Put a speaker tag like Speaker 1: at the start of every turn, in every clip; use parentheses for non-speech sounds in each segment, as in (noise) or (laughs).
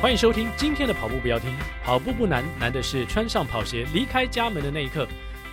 Speaker 1: 欢迎收听今天的跑步不要听，跑步不难，难的是穿上跑鞋离开家门的那一刻。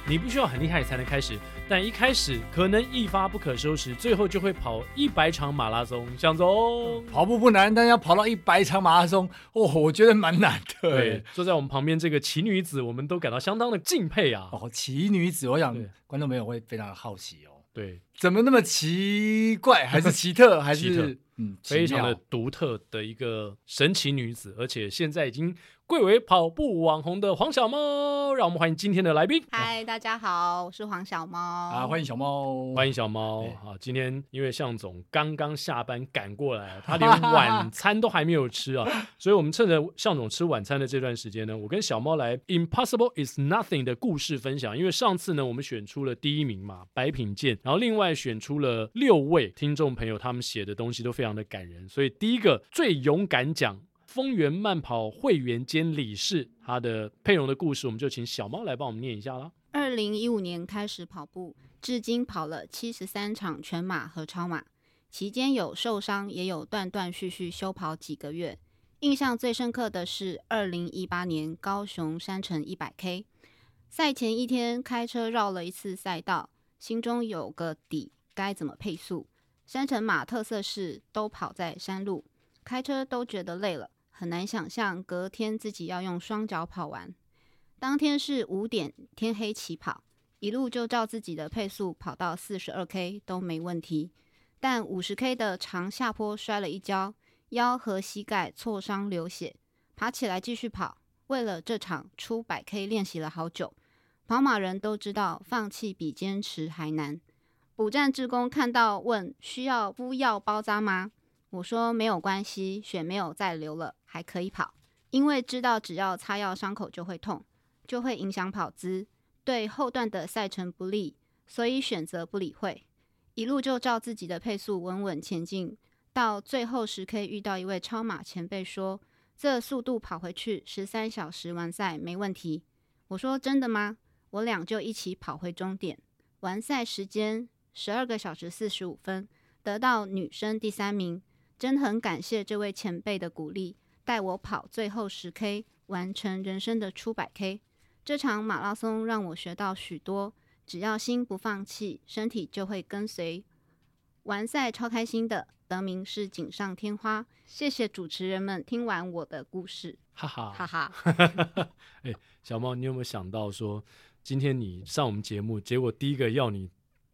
Speaker 1: 你不需要很厉害才能开始，但一开始可能一发不可收拾，最后就会跑一百场马拉松。向总，
Speaker 2: 跑步不难，但要跑到一百场马拉松，哦，我觉得蛮难的。
Speaker 1: 对，，坐在我们旁边这个奇女子，我们都感到相当的敬佩啊。
Speaker 2: 哦，奇女子，我想
Speaker 1: 对
Speaker 2: 观众朋友会非常的好奇哦，
Speaker 1: 对，
Speaker 2: 怎么那么奇怪，还是奇特，还
Speaker 1: 奇特
Speaker 2: 是嗯，奇
Speaker 1: 非常的
Speaker 2: 妙
Speaker 1: 独特的一个神奇女子，而且现在已经贵为跑步网红的黄小猫，让我们欢迎今天的来宾。
Speaker 3: 嗨，大家好，我是黄小猫。
Speaker 2: 啊！欢迎小猫，
Speaker 1: 欢
Speaker 2: 迎
Speaker 1: 迎小猫
Speaker 2: 对
Speaker 1: 啊！今天因为向总刚刚下班赶过来，啊他连晚餐都还没有吃啊，所以我们趁着向总吃晚餐的这段时间呢，我跟小猫来《Impossible is Nothing》的故事分享。因为上次呢，我们选出了第一名嘛，白品健，然后另外选出了六位听众朋友，他们写的东西都非常的感人。所以第一个最勇敢奖。丰原慢跑会员兼理事，他的佩蓉的故事，我们就请小猫来帮我们念一下啦。
Speaker 3: 二零一五年开始跑步，至今跑了七十三场全马和超马，期间有受伤，也有断断续续休跑几个月。印象最深刻的是二零一八年高雄山城一百 K，赛前一天开车绕了一次赛道，心中有个底，该怎么配速。山城马特色是都跑在山路，开车都觉得累了，很难想象隔天自己要用双脚跑完。当天是五点天黑起跑，一路就照自己的配速跑到四十二 K 都没问题，但五十 K 的长下坡摔了一跤，腰和膝盖挫伤流血，爬起来继续跑。为了这场出百 K 练习了好久，跑马人都知道放弃比坚持还难。补站志工看到问需要敷药包扎吗？我说没有关系，血没有再流了，还可以跑，因为知道只要擦药伤口就会痛。就会影响跑姿，对后段的赛程不利，所以选择不理会，一路就照自己的配速稳稳前进。到最后时 K 遇到一位超马前辈说：“这速度跑回去十三小时完赛没问题。”我说：“真的吗？”我俩就一起跑回终点，完赛时间十二个小时四十五分，得到女生第三名。真很感谢这位前辈的鼓励，带我跑最后十 K，完成人生的初百 K。这场马拉松让我学到许多，只要心不放弃，身体就会跟随。完赛超开心的，得名是锦上添花。谢谢主持人们听完我的故事，
Speaker 1: 哈哈，
Speaker 3: 哈哈。
Speaker 1: 哎、小猫，你有没有想到说，今天你上我们节目，结果第一个要你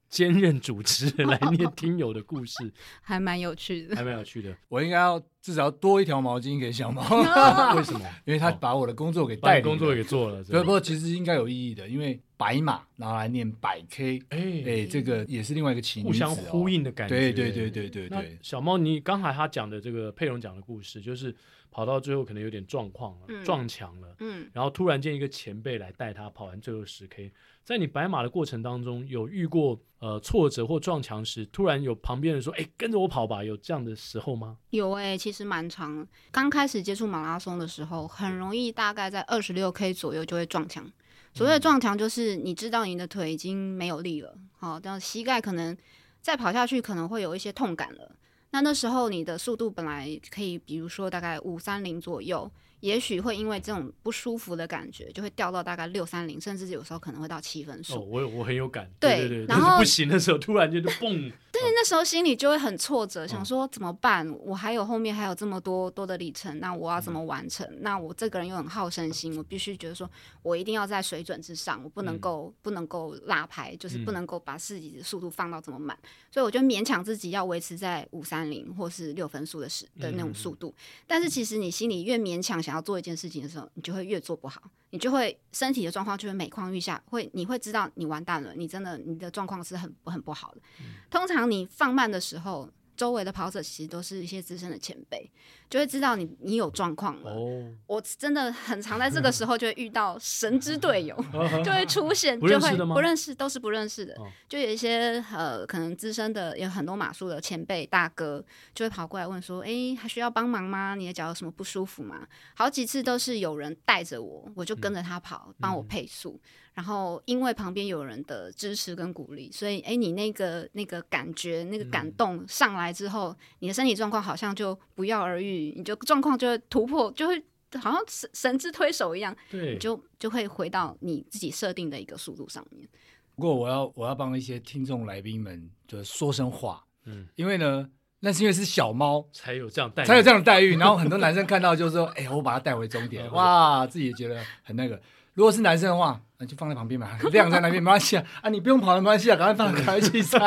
Speaker 1: 兼任主持人来念听友的故
Speaker 2: (laughs)
Speaker 1: 事，
Speaker 3: 还蛮有趣的。
Speaker 1: 还蛮有趣的。
Speaker 2: 我应该要至少要多一条毛巾给小猫，
Speaker 1: (laughs) 为什么？
Speaker 2: 因为他
Speaker 1: 哦
Speaker 2: 把我的工作给
Speaker 1: 把
Speaker 2: 带
Speaker 1: 你工作
Speaker 2: 给。
Speaker 1: 给做了，是
Speaker 2: 对，不
Speaker 1: 吧？
Speaker 2: 过其实应该有意义的，因为白马然后来念百 K，
Speaker 1: 哎、
Speaker 2: 哎，这个也是另外一个奇女
Speaker 1: 互
Speaker 2: 子
Speaker 1: 相
Speaker 2: 哦
Speaker 1: 呼。应的感觉。
Speaker 2: 对对对对对
Speaker 1: 那
Speaker 2: 对，
Speaker 1: 小猫，你刚才他讲的这个佩蓉讲的故事，就是跑到最后可能有点状况了，
Speaker 3: 嗯
Speaker 1: 撞墙了。
Speaker 3: (laughs) 嗯，
Speaker 1: 然后突然间一个前辈来带他跑完最后十 K，在你白马的过程当中，有遇过呃挫折或撞墙时，突然有旁边人说：“哎，跟着我跑吧！”有这样的时候吗？
Speaker 3: 有诶、其实蛮长的。刚开始接触马拉松的时候，很容易大概在二十六 K 左右就会撞墙。所谓的撞墙，就是你知道你的腿已经没有力了，好，但膝盖可能再跑下去可能会有一些痛感了。那那时候你的速度本来可以，比如说大概五三零左右，也许会因为这种不舒服的感觉，就会掉到大概六三零，甚至有时候可能会到七分
Speaker 1: 哦，
Speaker 3: 速。
Speaker 1: 我有我很有感，对
Speaker 3: 对
Speaker 1: 对，
Speaker 3: 然
Speaker 1: 就是
Speaker 3: 后
Speaker 1: 不行的时候，突然间就
Speaker 3: (laughs)
Speaker 1: 蹦，
Speaker 3: 但是那时候心里就会很挫折，想
Speaker 1: 嗯
Speaker 3: 说怎么办？我还有后面还有这么多多的里程，那我要怎么
Speaker 1: 嗯
Speaker 3: 完成？那我这个人又很好胜心，我必须觉得说我一定要在水准之上，我不能够、不能够落牌，就是不
Speaker 1: 嗯
Speaker 3: 能够把自己的速度放到这么慢，所以我就勉强自己要维持在五三零或是六分速的时的那
Speaker 1: 嗯嗯嗯
Speaker 3: 种速度。但是其实你心里越勉强想要做一件事情的时候，你就会越做不好，你就会身体的状况就会每况愈下，会你会知道你完蛋了，你真的你的状况是很很不好的。通常你放慢的时候，周围的跑者其实都是一些资深的前辈，就会知道你你有状况了。
Speaker 1: 哦，
Speaker 3: 我真的很常在这个时候就会遇到神之队
Speaker 1: (laughs)
Speaker 3: 友，就会出现，
Speaker 1: 哦不
Speaker 3: 就
Speaker 1: 认
Speaker 3: 会
Speaker 1: 识的吗
Speaker 3: 不认识，都是不认识的，
Speaker 1: 哦
Speaker 3: 就有一些呃，可能资深的有很多马术的前辈大哥就会跑过来问说，诶，还需要帮忙吗？你的脚有什么
Speaker 1: 嗯
Speaker 3: 不舒服吗？好几次都是有人带着我，我就跟着他跑，帮我配速，然后因为旁边有人的支持跟鼓励，所以哎，你那个那个感觉、那个
Speaker 1: 嗯
Speaker 3: 感动上来之后，你的身体状况好像就不药而愈，你就状况就会突破，就会好像神神之推手一样，
Speaker 1: 对
Speaker 3: 你，就就会回到你自己设定的一个速度上面。
Speaker 2: 不过我要我要帮一些听众来宾们就是说声话，
Speaker 1: 嗯，
Speaker 2: 因为呢，那是因为是小猫
Speaker 1: 才有这样带，
Speaker 2: 才有这样的待遇，然后很多男生看到就是说， (laughs) 哎、我把它带回终点，
Speaker 1: 嗯
Speaker 2: 哇，自己也觉得很那个。如果是男生的话，那就放在旁边嘛， (laughs) 晾在那边没关系啊，啊，你不用跑了没关系啊，赶快放，赶快去
Speaker 1: (laughs)
Speaker 2: 晒。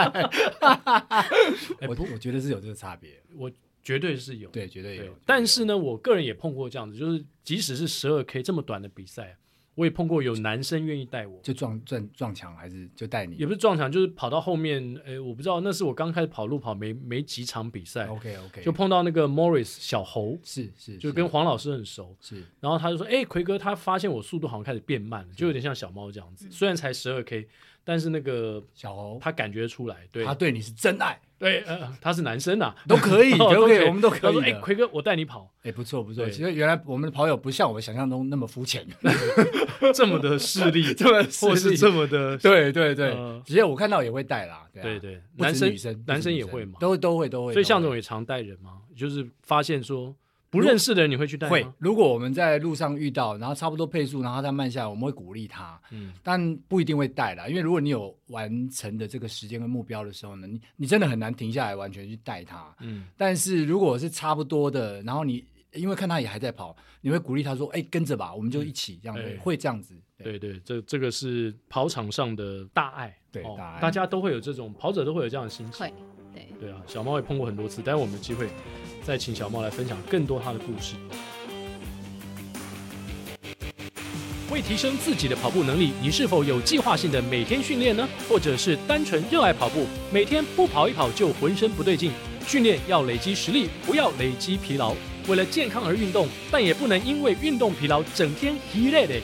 Speaker 2: 我我觉得是有这个差别，
Speaker 1: 我绝对是有。
Speaker 2: 对，绝对有。
Speaker 1: 对
Speaker 2: 绝对有，
Speaker 1: 但是呢，我个人也碰过这样子，就是即使是十二 K 这么短的比赛，啊我也碰过有男生愿意带我，
Speaker 2: 就撞撞撞墙还是就带
Speaker 1: 也
Speaker 2: 你
Speaker 1: 不是撞墙，就是跑到后面，哎，我不知道那是我刚开始跑路跑没没几场比赛，
Speaker 2: ，OK OK，
Speaker 1: 就碰到那个 Morris 小猴，
Speaker 2: 是是
Speaker 1: 就是跟黄老师很熟，
Speaker 2: 是
Speaker 1: 然后他就说：“哎、奎哥，他发现我速度好像开始变慢了，就有点像小猫这样
Speaker 3: 嗯
Speaker 1: 子。虽然才十二 K，但是那个
Speaker 2: 小猴，
Speaker 1: 他感觉出来，对
Speaker 2: 他对你是真爱， (laughs)
Speaker 1: 对，呃，他是男生啊，
Speaker 2: 都可以，
Speaker 1: (laughs) 哦
Speaker 2: 都可以，我们都
Speaker 1: 他
Speaker 2: 可
Speaker 1: 说：
Speaker 2: 以
Speaker 1: 哎、
Speaker 2: 的。
Speaker 1: 奎哥，我带你跑，
Speaker 2: 哎，不错不错，
Speaker 1: 对
Speaker 2: 其实原来我们的跑友不像我们想象中那么肤
Speaker 1: (laughs)
Speaker 2: 浅，
Speaker 1: 这么的势力，
Speaker 2: (laughs) 这么
Speaker 1: 或
Speaker 2: 势利
Speaker 1: 是这么的，
Speaker 2: 对对对
Speaker 1: 嗯，
Speaker 2: 其实我看到也会带啦，对啊
Speaker 1: 对，对，
Speaker 2: 不止
Speaker 1: 男生
Speaker 2: 女生
Speaker 1: 男
Speaker 2: 生
Speaker 1: 生也会嘛，
Speaker 2: 都都会都会。
Speaker 1: 所以向
Speaker 2: 都
Speaker 1: 总
Speaker 2: 会
Speaker 1: 也常带人嘛，就是发现说不认识的人你会去带
Speaker 2: 会
Speaker 1: 吗？，
Speaker 2: 如果我们在路上遇到，然后差不多配速，然后他慢下来，我们会鼓励他，
Speaker 1: 嗯，
Speaker 2: 但不一定会带啦，因为如果你有完成的这个时间跟目标的时候呢，你你真的很难停下来完全去带他。
Speaker 1: 嗯，
Speaker 2: 但是如果是差不多的，然后你因为看他也还在跑，你会鼓励他说：“哎，跟着吧，我们就一起这样
Speaker 1: 哎
Speaker 2: 子，会这样子。”
Speaker 1: 对
Speaker 2: 对
Speaker 1: 对，这这个是跑场上的大爱，哦
Speaker 2: 对大爱
Speaker 1: 大家都会有这种跑者都会有这样的心情
Speaker 3: 会。，对。
Speaker 1: 对啊，小猫也碰过很多次，但是我们有机会再请小猫来分享更多他的故事。为提升自己的跑步能力，你是否有计划性的每天训练呢？或者是单纯热爱跑步，每天不跑一跑就浑身不对劲？训练要累积实力，不要累积疲劳。为了健康而运动，但也不能因为运动疲劳整天疲累累。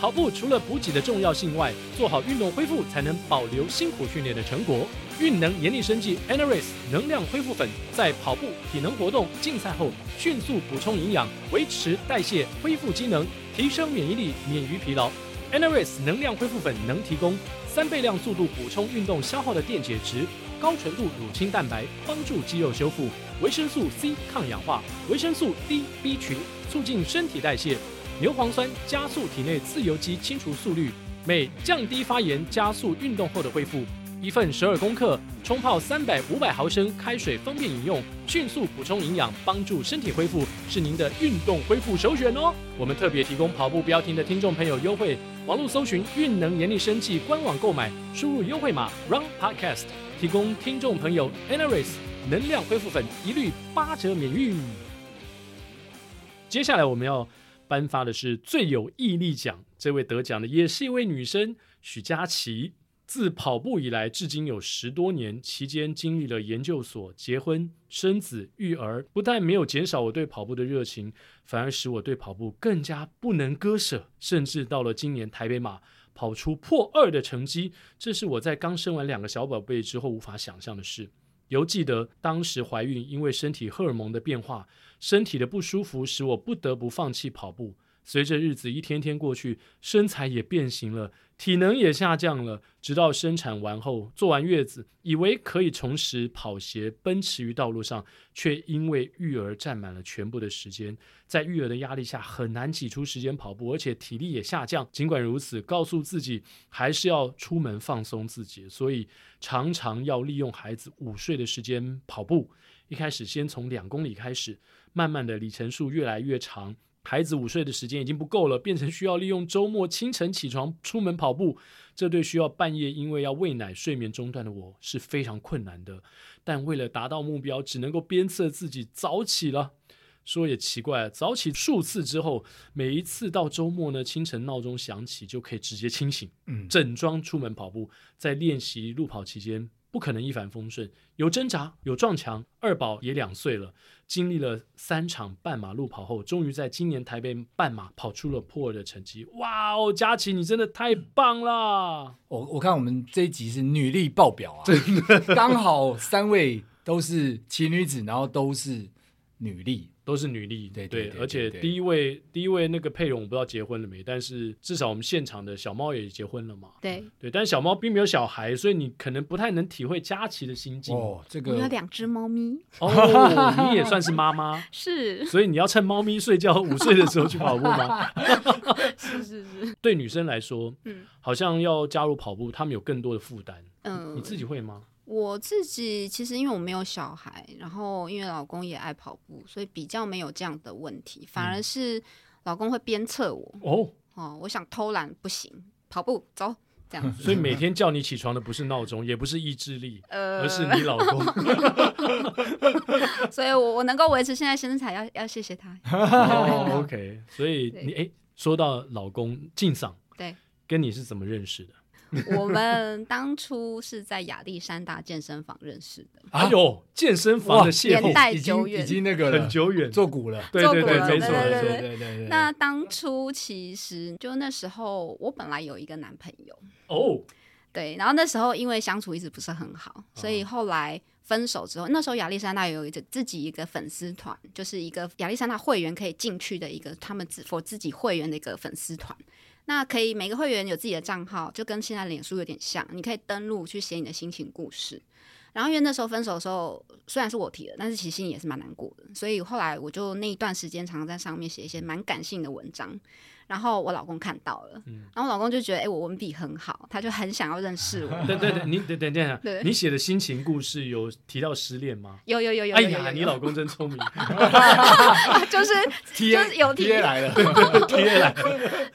Speaker 1: 跑步除了补给的重要性外，做好运动恢复才能保留辛苦训练的成果。运能严厉生技 a n a r a s 能量恢复粉在跑步、体能活动、竞赛后迅速补充营养，维持代谢、恢复机能，提升免疫力，免于疲劳。a n a r a s 能量恢复粉能提供三倍量速度补充运动消耗的电解质、高纯度乳清蛋白，帮助肌肉修复；维生素 C 抗氧化，维生素 D、B 群促进身体代谢，牛磺酸加速体内自由基清除速率，每降低发炎，加速运动后的恢复。一份十二公克，冲泡三百五百毫升开水，方便饮用，迅速补充营养，帮助身体恢复，是您的运动恢复首选哦。我们特别提供跑步不要停的听众朋友优惠，网络搜寻“运能严厉生技”官网购买，输入优惠码 “Run Podcast”，提供听众朋友 a n a r i s 能量恢复粉一律八折免运。接下来我们要颁发的是最有毅力奖，这位得奖的也是一位女生，许佳琪。自跑步以来，至今有十多年，期间经历了研究所、结婚、生子、育儿，不但没有减少我对跑步的热情，反而使我对跑步更加不能割舍，甚至到了今年台北马跑出破二的成绩，这是我在刚生完两个小宝贝之后无法想象的事。犹记得当时怀孕，因为身体荷尔蒙的变化，身体的不舒服使我不得不放弃跑步。随着日子一天天过去，身材也变形了，体能也下降了。直到生产完后，坐完月子，以为可以重拾跑鞋，奔驰于道路上，却因为育儿占满了全部的时间，在育儿的压力下，很难挤出时间跑步，而且体力也下降。尽管如此，告诉自己还是要出门放松自己，所以常常要利用孩子午睡的时间跑步。一开始先从两公里开始，慢慢的里程数越来越长，孩子午睡的时间已经不够了，变成需要利用周末清晨起床出门跑步。这对需要半夜因为要喂奶睡眠中断的我是非常困难的，但为了达到目标，只能够鞭策自己早起了。说也奇怪，早起数次之后，每一次到周末呢，清晨闹钟响起就可以直接清醒。
Speaker 2: 嗯，
Speaker 1: 整装出门跑步，在练习路跑期间不可能一帆风顺，有挣扎，有撞墙。二宝也两岁了，经历了三场半马路跑后，终于在今年台北半马跑出了破二的成绩。哇哦，佳琪，你真的太棒啦！
Speaker 2: 我我看我们这一集是女力 (laughs) 爆表啊，真的，刚好三位都是奇女子，然后都是女力，
Speaker 1: 都是女力，
Speaker 2: 对对
Speaker 1: 对
Speaker 2: 对
Speaker 1: 而且
Speaker 2: 对对
Speaker 1: 第一位第一位那个佩蓉，我不知道结婚了没，但是至少我们现场的小猫也结婚了嘛，
Speaker 3: 对，
Speaker 1: 对，但是小猫并没有小孩，所以你可能不太能体会佳琪的心境哦
Speaker 2: 哦，这
Speaker 3: 我们有
Speaker 2: 个
Speaker 3: 两只猫咪，
Speaker 1: 你也算是妈妈， (laughs)
Speaker 3: (laughs) 是
Speaker 1: 所以你要趁猫咪睡觉午睡的时候去跑步
Speaker 3: (laughs)
Speaker 1: 吗？
Speaker 3: 是是是，
Speaker 1: 对女生来说，
Speaker 3: 嗯
Speaker 1: 好像要加入跑步，她们有更多的负担。
Speaker 3: 嗯
Speaker 1: 你，自己会吗？
Speaker 3: 我自己其实因为我没有小孩，然后因为老公也爱跑步，所以比较没有这样的问题，反
Speaker 1: 嗯
Speaker 3: 而是老公会鞭策我，
Speaker 1: 哦，
Speaker 3: 哦，我想偷懒不行，跑步走这样子， (laughs)
Speaker 1: 所以每天叫你起床的不是闹钟，也不是意志力，而
Speaker 3: 呃，
Speaker 1: 是你老
Speaker 3: (laughs)
Speaker 1: 公。
Speaker 3: 所以我我能够维持现在身材要要谢谢他，
Speaker 1: 哦，OK，所以
Speaker 3: 对
Speaker 1: 你哎，说到老公敬赏，
Speaker 3: 对，
Speaker 1: 跟你是怎么认识的？
Speaker 3: 我们当初是在亚历山大健身房认识的，
Speaker 2: 啊
Speaker 1: 哎呦，健身房的邂
Speaker 3: 年
Speaker 1: 逅
Speaker 3: 代
Speaker 2: 已
Speaker 3: 久
Speaker 2: 经
Speaker 3: 远
Speaker 2: 已经那个了
Speaker 1: 很久远，
Speaker 2: 做古了，
Speaker 1: 对
Speaker 3: 做
Speaker 1: 对
Speaker 3: 过
Speaker 1: 对，
Speaker 3: 了
Speaker 1: 没错
Speaker 3: 对
Speaker 1: 没
Speaker 3: 对
Speaker 1: 错。
Speaker 2: 对对对，
Speaker 3: 那当初其实就那时候，我本来有一个男朋友，
Speaker 1: 哦，
Speaker 3: 对，然后那时候因为相处一直不是很好，所以后来分手之后，那时候亚历山大有一个自己一个粉丝团，就是一个亚历山大会员可以进去的一个他们自 for 自己会员的一个粉丝团。那可以每个会员有自己的账号，就跟现在脸书有点像，你可以登录去写你的心情故事。然后因为那时候分手的时候，虽然是我提的，但是其实心里也是蛮难过的，所以后来我就那一段时间常常在上面写一些蛮感性的文章，然后我老公看到了，然后我老公就觉得哎、诶我文笔很好，他就很想要认识我，
Speaker 1: (laughs) 等等等，你等等等
Speaker 3: (laughs) 对，
Speaker 1: 你写的心情故事有提到失恋吗？
Speaker 3: 有有有有，
Speaker 1: 哎
Speaker 3: 有
Speaker 1: 呀，
Speaker 3: 有
Speaker 1: 你老公真聪明，
Speaker 3: 就是
Speaker 2: 贴
Speaker 3: (laughs) 就是有提
Speaker 2: 贴啊来了，哦
Speaker 1: 贴
Speaker 2: (laughs)
Speaker 1: 来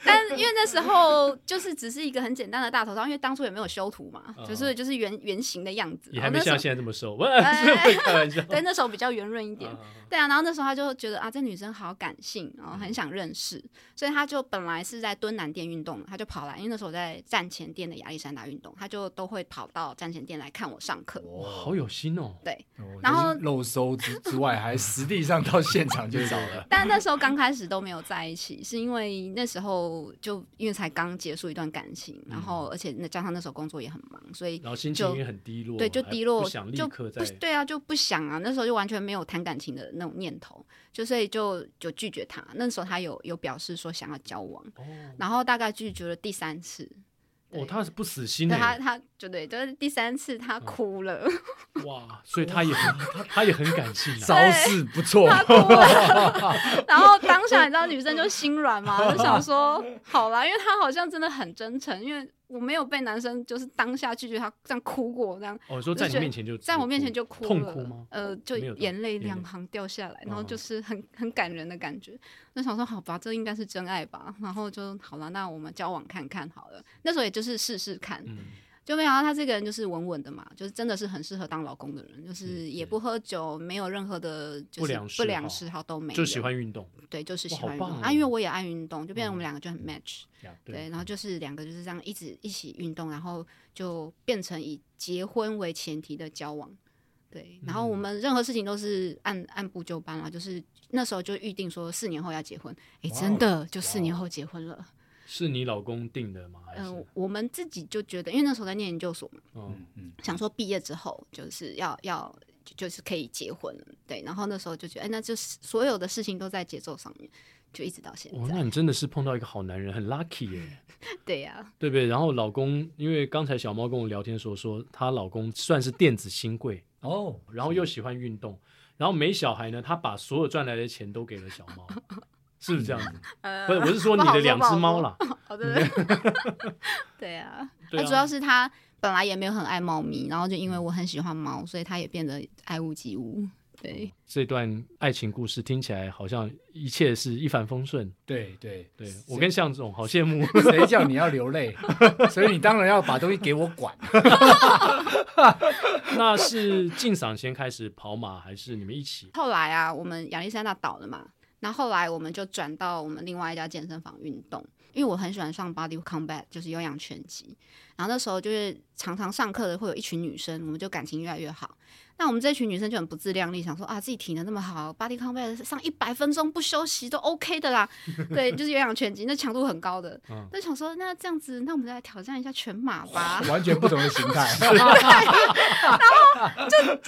Speaker 3: 但因为那时候就是只是一个很简单的大头照，因为当初也没有修图嘛，就是就是圆圆形的样子。
Speaker 1: 你
Speaker 3: 然
Speaker 1: 还
Speaker 3: 后
Speaker 1: 没
Speaker 3: 哦那时
Speaker 1: 像
Speaker 3: 候
Speaker 1: 现在这么 (laughs) 瘦，我
Speaker 3: 哎
Speaker 1: 开玩笑。
Speaker 3: (laughs)
Speaker 1: (laughs)
Speaker 3: 对，那时候比较圆润一点
Speaker 1: 啊。
Speaker 3: 对啊，然后那时候他就觉得啊，这女生好感性，然后很想认识，所以他就本来是在敦南店运动的，他就跑来，因为那时候我在站前店的亚历山大运动，他就都会跑到站前店来看我上课。
Speaker 1: 哇，好有心哦！
Speaker 2: 哦
Speaker 3: 然后。
Speaker 2: 就是漏收之之外，还实地上到现场就找了
Speaker 3: 但那时候刚开始都没有在一起，是因为那时候就因为才刚结束一段感情，然后而且那加上那时候工作也很忙，所以
Speaker 1: 然后心情
Speaker 3: 就
Speaker 1: 也很低落，
Speaker 3: 对，就
Speaker 1: 还
Speaker 3: 低落，
Speaker 1: 不想立
Speaker 3: 就
Speaker 1: 刻在
Speaker 3: 不对啊，就不想啊，那时候就完全没有谈感情的那种念头，就所以就就拒绝他。那时候他有有表示说想要交往，
Speaker 1: 哦
Speaker 3: 然后大概拒绝了第三次，
Speaker 1: 哦，他是不死心哎
Speaker 3: 对
Speaker 1: 的
Speaker 3: 他他就对，就是第三次他
Speaker 1: 嗯
Speaker 3: 哭
Speaker 1: (laughs)
Speaker 3: 了，
Speaker 1: 哇，所以他也很他也很感
Speaker 3: (laughs)
Speaker 1: 性啊。
Speaker 2: 招式不错，
Speaker 3: 他哭了， (laughs) 然后当下你知道女生就心软嘛，就想说好啦，因为他好像真的很真诚，因为我没有被男生就是当下拒绝他这样哭过这样。
Speaker 1: 哦，你说在你
Speaker 3: 就觉
Speaker 1: 面前就
Speaker 3: 在我面
Speaker 1: 哭
Speaker 3: 前就哭了，
Speaker 1: 痛哭吗
Speaker 3: 呃，就
Speaker 1: 没有
Speaker 3: 眼泪
Speaker 1: 眼泪
Speaker 3: 两行掉下来，然后
Speaker 1: 哦
Speaker 3: 就是很很感人的感觉。那想说，好吧，这应该是真爱吧。然后就好了，那我们交往看看好了。那时候也就是试试看，
Speaker 1: 嗯，
Speaker 3: 就没想到他这个人就是稳稳的嘛，就是真的是很适合当老公的人，就是是也不喝酒，没有任何的
Speaker 1: 嗯不
Speaker 3: 就是
Speaker 1: 良嗜
Speaker 3: 不良
Speaker 1: 好
Speaker 3: 嗜好都没有，
Speaker 1: 就喜欢运动
Speaker 3: 对，就是
Speaker 1: 哇
Speaker 3: 喜
Speaker 1: 好
Speaker 3: 欢运
Speaker 1: 棒
Speaker 3: 动
Speaker 1: 哦
Speaker 3: 啊，因为我也爱运动，就变成我
Speaker 1: 嗯
Speaker 3: 们两个就很 match。
Speaker 1: 呀，
Speaker 3: 对，然后就是两个就是这样一直一起运动，然后就变成以结婚为前提的交往。对，
Speaker 1: 嗯
Speaker 3: 然后我们任何事情都是按按部就班啦，就是那时候就预定说四年后要结婚，诶，
Speaker 2: 哇哦
Speaker 3: 真的就四
Speaker 2: 哇
Speaker 3: 年
Speaker 2: 哦
Speaker 3: 后结婚了。
Speaker 1: 是你老公定的吗？还
Speaker 3: 嗯、
Speaker 1: 是
Speaker 3: 我们自己就觉得，因为那时候在念研究所嘛，
Speaker 1: 嗯，
Speaker 2: 嗯，
Speaker 3: 想说毕业之后就是要要就就是可以结婚了，对。然后那时候就觉得，哎，那就是所有的事情都在节奏上面，就一直到现
Speaker 1: 哇，
Speaker 3: 在。 (laughs)
Speaker 1: 那你真的是碰到一个好男人，很 lucky 耶，
Speaker 3: 对呀、
Speaker 1: 对不对？然后老公，因为刚才小猫跟我聊天的时候说，她老公算是电子新贵，
Speaker 2: 哦，
Speaker 1: 然后又喜欢运动，然后没小孩呢，他把所有赚来的钱都给了小
Speaker 3: (laughs)
Speaker 1: 猫，是不是这样子？
Speaker 3: 呃
Speaker 1: 不是，我是说
Speaker 3: 不
Speaker 1: 你
Speaker 3: 好
Speaker 1: 的
Speaker 3: 说
Speaker 1: 两
Speaker 3: 不好
Speaker 1: 只猫
Speaker 3: 说 (laughs)
Speaker 1: 啦，
Speaker 3: 哦，对对对，对啊，
Speaker 1: 对啊
Speaker 3: 那主要是他本来也没有很爱猫咪，然后就因为我很喜欢猫，所以他也变得爱屋及乌。对，
Speaker 1: 这段爱情故事听起来好像一切是一帆风顺。
Speaker 2: 对对
Speaker 1: 对我跟向总好羡慕，
Speaker 2: 谁叫你要流泪，所以你当然要把东西给我管。
Speaker 1: (laughs) 那是进赏先开始跑马，还是你们一起？
Speaker 3: 后来啊，我们亚历山大倒了嘛，然后后来我们就转到我们另外一家健身房运动，因为我很喜欢上 Body Combat，就是有氧拳击。然后那时候就是常常上课的会有一群女生，我们就感情越来越好。那我们这群女生就很不自量力，想说啊自己体能那么好，body combat 上一百分钟不休息都 OK 的啦。对，就是有氧拳击，那强度很高的
Speaker 1: 嗯。
Speaker 3: 那、想说那这样子，那我们来挑战一下全马吧。
Speaker 2: (laughs) 完全不同的形
Speaker 3: (laughs)
Speaker 2: 态。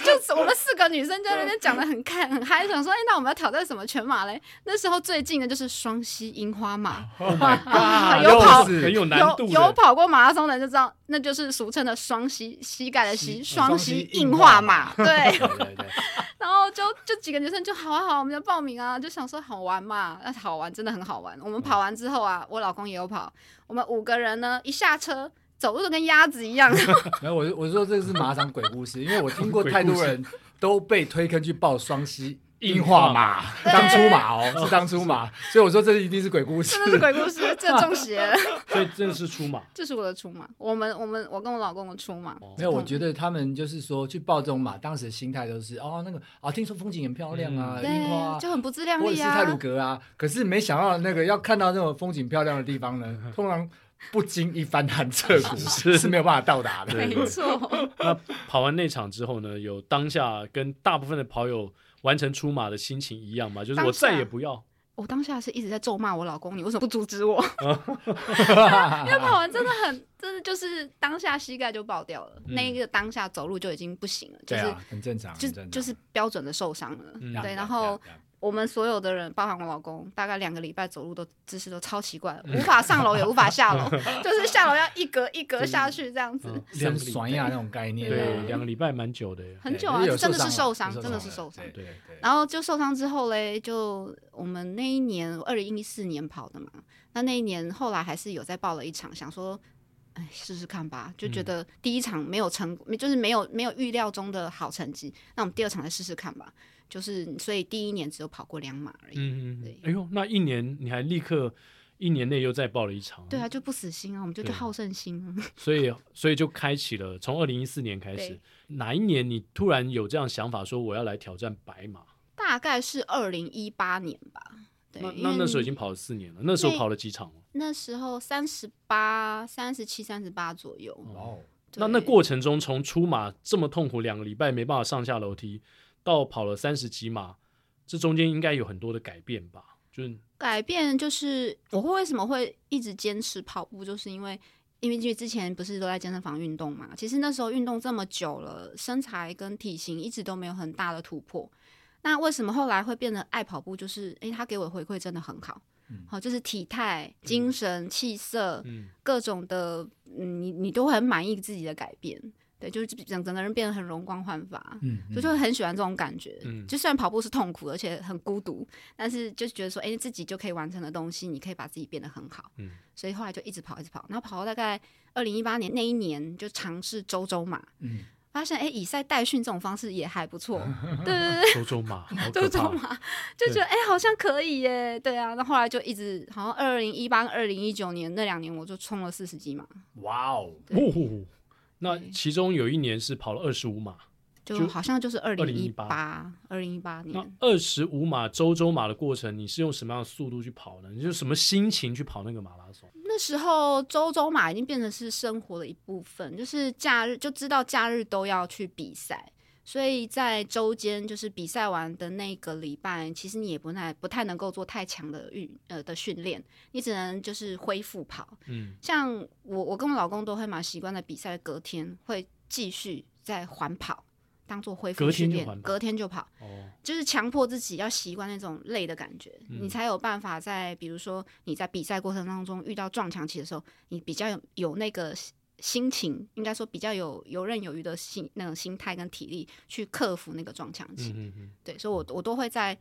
Speaker 3: 就是我们四个女生在那边讲的很看很嗨，想说，哎、那我们要挑战什么全马嘞？那时候最近的就是双溪樱花马，
Speaker 1: Oh my god，
Speaker 3: 啊有跑
Speaker 1: 又是很有难
Speaker 3: 有
Speaker 1: 度
Speaker 3: 有
Speaker 1: 的。
Speaker 3: 跑过马拉松的人就知道，那就是俗称的双膝膝盖的膝
Speaker 2: 膝
Speaker 1: 嗯
Speaker 3: 双膝
Speaker 2: 双膝
Speaker 3: 硬
Speaker 2: 硬
Speaker 3: 化
Speaker 2: 化
Speaker 3: 马
Speaker 2: 马，
Speaker 3: 对。
Speaker 1: 对对对
Speaker 3: 然后就就几个女生就好啊好啊，我们就报名啊，就想说好玩嘛，那好玩真的很好玩。我们跑完之后啊，我老公也有跑，我们五个人呢一下车走路都跟鸭子一样， (laughs)
Speaker 2: 然后我就我说这是马场鬼故事，因为我听过太多人都被推坑去报双溪
Speaker 1: 硬
Speaker 2: 樱
Speaker 1: 化
Speaker 2: 化
Speaker 1: 马
Speaker 2: 马，当初马哦，是当初马，所以我说这一定是鬼故事
Speaker 3: 真。的是鬼故事，这中邪了。
Speaker 1: 所以真的是出马。
Speaker 3: (laughs) 这是我的出马，我们我们我跟我老公的出马，
Speaker 1: 哦
Speaker 2: 没有，我觉得他们就是说去报这种马，当时的心态都是哦，那个啊，听说风景很漂亮啊，
Speaker 3: 对
Speaker 2: 樱花啊，
Speaker 3: 就很不自量
Speaker 2: 或者
Speaker 3: 力
Speaker 2: 是
Speaker 3: 啊。
Speaker 2: 泰鲁格啊。可是没想到那个要看到那种风景漂亮的地方
Speaker 3: (laughs)
Speaker 2: 呢，通常不经一番寒彻骨
Speaker 1: 是 (laughs)
Speaker 2: 是没有办法到达 (laughs) 的。
Speaker 1: 对
Speaker 3: 没错，
Speaker 1: 那跑完那场之后呢，有当下跟大部分的跑友完成出马的心情一样吗？就是我
Speaker 3: 当下
Speaker 1: 再也不要，
Speaker 3: 我当下是一直在咒骂我老公，你为什么不阻
Speaker 2: (laughs)
Speaker 3: 止我？因为跑完真的很，真的就是当下膝盖就爆掉了，
Speaker 1: 嗯
Speaker 3: 那一个当下走路就已经不行了，就
Speaker 2: 对
Speaker 3: 是、
Speaker 2: 啊，很正常，
Speaker 3: 就
Speaker 2: 很正常
Speaker 3: 就是标准的受伤了。
Speaker 1: 嗯
Speaker 3: 对，然后我们所有的人，包含我老公，大概两个礼拜走路都姿势都超奇怪的，无法上楼也无法下楼，就是下楼要一格一格下去这样子，
Speaker 1: 嗯两
Speaker 2: 像
Speaker 1: 个礼
Speaker 2: 爽呀那种概念啊，
Speaker 1: 对，两个礼拜蛮久的耶。
Speaker 3: 很久
Speaker 2: 对
Speaker 3: 啊，
Speaker 2: 因为有
Speaker 3: 真的是受
Speaker 2: 受
Speaker 3: 伤，
Speaker 2: 有
Speaker 3: 真的是受伤。
Speaker 2: 对对
Speaker 3: 然后就受伤之后嘞，就我们那一年二零一四年跑的嘛，那那一年后来还是有再报了一场，想说，哎，试试看吧，就觉
Speaker 1: 嗯
Speaker 3: 得第一场没有成，就是没有没有预料中的好成绩，那我们第二场再试试看吧。就是所以第一年只有跑过两马而已，
Speaker 1: 嗯，嗯嗯
Speaker 3: 对
Speaker 1: 哎呦，那一年你还立刻一年内又再报了一场，
Speaker 3: 对啊，，就不死心啊，我们就
Speaker 1: 对
Speaker 3: 就好胜心啊。 (laughs)
Speaker 1: 所以所以就开启了从二零一四年开始
Speaker 3: 对，
Speaker 1: 哪一年你突然有这样想法说我要来挑战白马？
Speaker 3: 大概是二零一八年吧，对，
Speaker 1: 那
Speaker 3: 因
Speaker 1: 那
Speaker 3: 为
Speaker 1: 那时候已经跑了四年了，那时候
Speaker 3: 那
Speaker 1: 跑了几场了？
Speaker 3: 那时候三十八、三十七、三十八左右，
Speaker 2: 哦，
Speaker 1: 那
Speaker 3: 对
Speaker 1: 那过程中，从出马这么痛苦，两个礼拜没办法上下楼梯，到跑了三十几码，这中间应该有很多的改变吧？就是
Speaker 3: 改变就是我会为什么会一直坚持跑步，就是因为因为因为之前不是都在健身房运动嘛，其实那时候运动这么久了，身材跟体型一直都没有很大的突破。那为什么后来会变得爱跑步？就是诶，他给我的回馈真的很好，
Speaker 2: 嗯
Speaker 3: 好、就是体态、精神、气色， (laughs)
Speaker 1: 嗯，
Speaker 3: 各种的，嗯，你你都会很满意自己的改变，对，就是整整个人变得很容光焕发，
Speaker 2: 嗯，
Speaker 3: 所以就会很喜欢这种感觉。
Speaker 1: 嗯
Speaker 3: 就虽然跑步是痛苦，而且很孤独，但是就觉得说，哎、自己就可以完成的东西，你可以把自己变得很好。
Speaker 1: 嗯，
Speaker 3: 所以后来就一直跑，一直跑，然后跑到大概二零一八年那一年，就尝试周周马，
Speaker 2: 嗯
Speaker 3: 发现哎、诶以赛代训这种方式也还不错，
Speaker 1: 周周马，好可
Speaker 3: 周周
Speaker 1: 怕！
Speaker 3: 嘛，就觉得哎、诶好像可以耶，对啊。那后来就一直好像二零一八、二零一九年那两年，我就冲了四十几嘛，
Speaker 2: 哇哦，
Speaker 1: 哦，那
Speaker 3: 对
Speaker 1: 其中有一年是跑了二十五码，
Speaker 3: 就
Speaker 1: 就
Speaker 3: 好像就是二零一
Speaker 1: 2018
Speaker 3: 八、二零一八
Speaker 1: 那
Speaker 3: 年。
Speaker 1: 二十五码周周马的过程，你是用什么样的速度去跑呢？你是什么心情去跑那个马拉松？
Speaker 3: 那时候周周马已经变成是生活的一部分，就是假日就知道假日都要去比赛，所以在周间就是比赛完的那个礼拜，其实你也不太不太能够做太强的运呃的训练，你只能就是恢复跑。
Speaker 1: 嗯，
Speaker 3: 像我我跟我老公都会蛮习惯在比赛的隔天会继续再环跑，当做恢
Speaker 1: 隔
Speaker 3: 复
Speaker 1: 天
Speaker 3: 训
Speaker 1: 就
Speaker 3: 练
Speaker 1: 环，跑
Speaker 3: 隔天就跑。
Speaker 1: 哦，
Speaker 3: 就是强迫自己要习惯那种累的感觉，
Speaker 1: 嗯
Speaker 3: 你才有办法在比如说你在比赛过程当中遇到撞墙期的时候，你比较有有那个心心情，应该说比较有游刃有余的心那种心态跟体力去克服那个撞墙期。
Speaker 1: 嗯嗯嗯，
Speaker 3: 对，所以我我都会在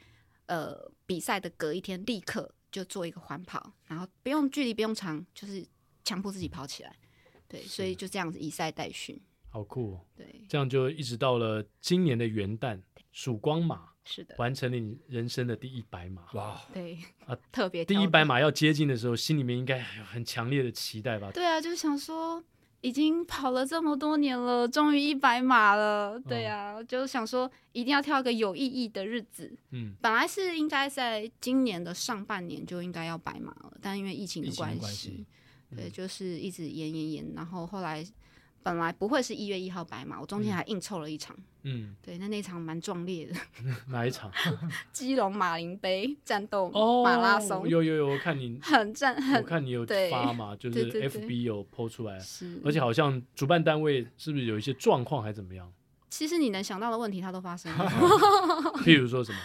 Speaker 3: 呃比赛的隔一天立刻就做一个环跑，然后不用距离不用长，就是强迫自己跑起来。对，所以就这样子以赛代训。
Speaker 1: 好酷、哦！
Speaker 3: 对，
Speaker 1: 这样就一直到了今年的元旦，曙光马
Speaker 3: 是的，
Speaker 1: 完成了你人生的第一百马。
Speaker 3: 嗯
Speaker 2: 哇哦，
Speaker 3: 对， (laughs)
Speaker 1: 啊
Speaker 3: 特别
Speaker 1: 第
Speaker 3: 挑
Speaker 1: 一
Speaker 3: 战
Speaker 1: 百码要接近的时候，心里面应该有很强烈的期待
Speaker 3: (laughs)
Speaker 1: 吧？
Speaker 3: 对啊，就是想说，已经跑了这么多年了，终于一百码了。
Speaker 1: 嗯
Speaker 3: 对啊，就是想说，一定要挑一个有意义的日子。
Speaker 1: 嗯，
Speaker 3: 本来是应该在今年的上半年就应该要百马了，但因为疫情
Speaker 2: 疫
Speaker 3: 的
Speaker 2: 情的
Speaker 3: 关
Speaker 2: 关
Speaker 3: 系
Speaker 1: 嗯
Speaker 2: 系，
Speaker 3: 对，就是一直延延延，然后后来。本来不会是一月一号白马，我中间还硬凑了一场。
Speaker 1: 嗯，
Speaker 3: 对，那那场蛮壮烈的，
Speaker 1: 哪一
Speaker 3: (laughs)
Speaker 1: 场？
Speaker 3: 基隆马林杯战斗
Speaker 1: 哦，
Speaker 3: 马拉松，
Speaker 1: 有有有，我看
Speaker 3: (laughs)
Speaker 1: 你，
Speaker 3: 很战
Speaker 1: 我
Speaker 3: 很
Speaker 1: 看你有
Speaker 3: 对
Speaker 1: 发嘛，就
Speaker 3: 对
Speaker 1: 是
Speaker 3: 对对
Speaker 1: FB 有 PO 出来，
Speaker 3: 是，
Speaker 1: 而且好像主办单位是不是有一些状况还怎么样？
Speaker 3: 其实你能想到的问题它都
Speaker 1: (laughs)
Speaker 3: 发生了。
Speaker 1: 譬如说什么？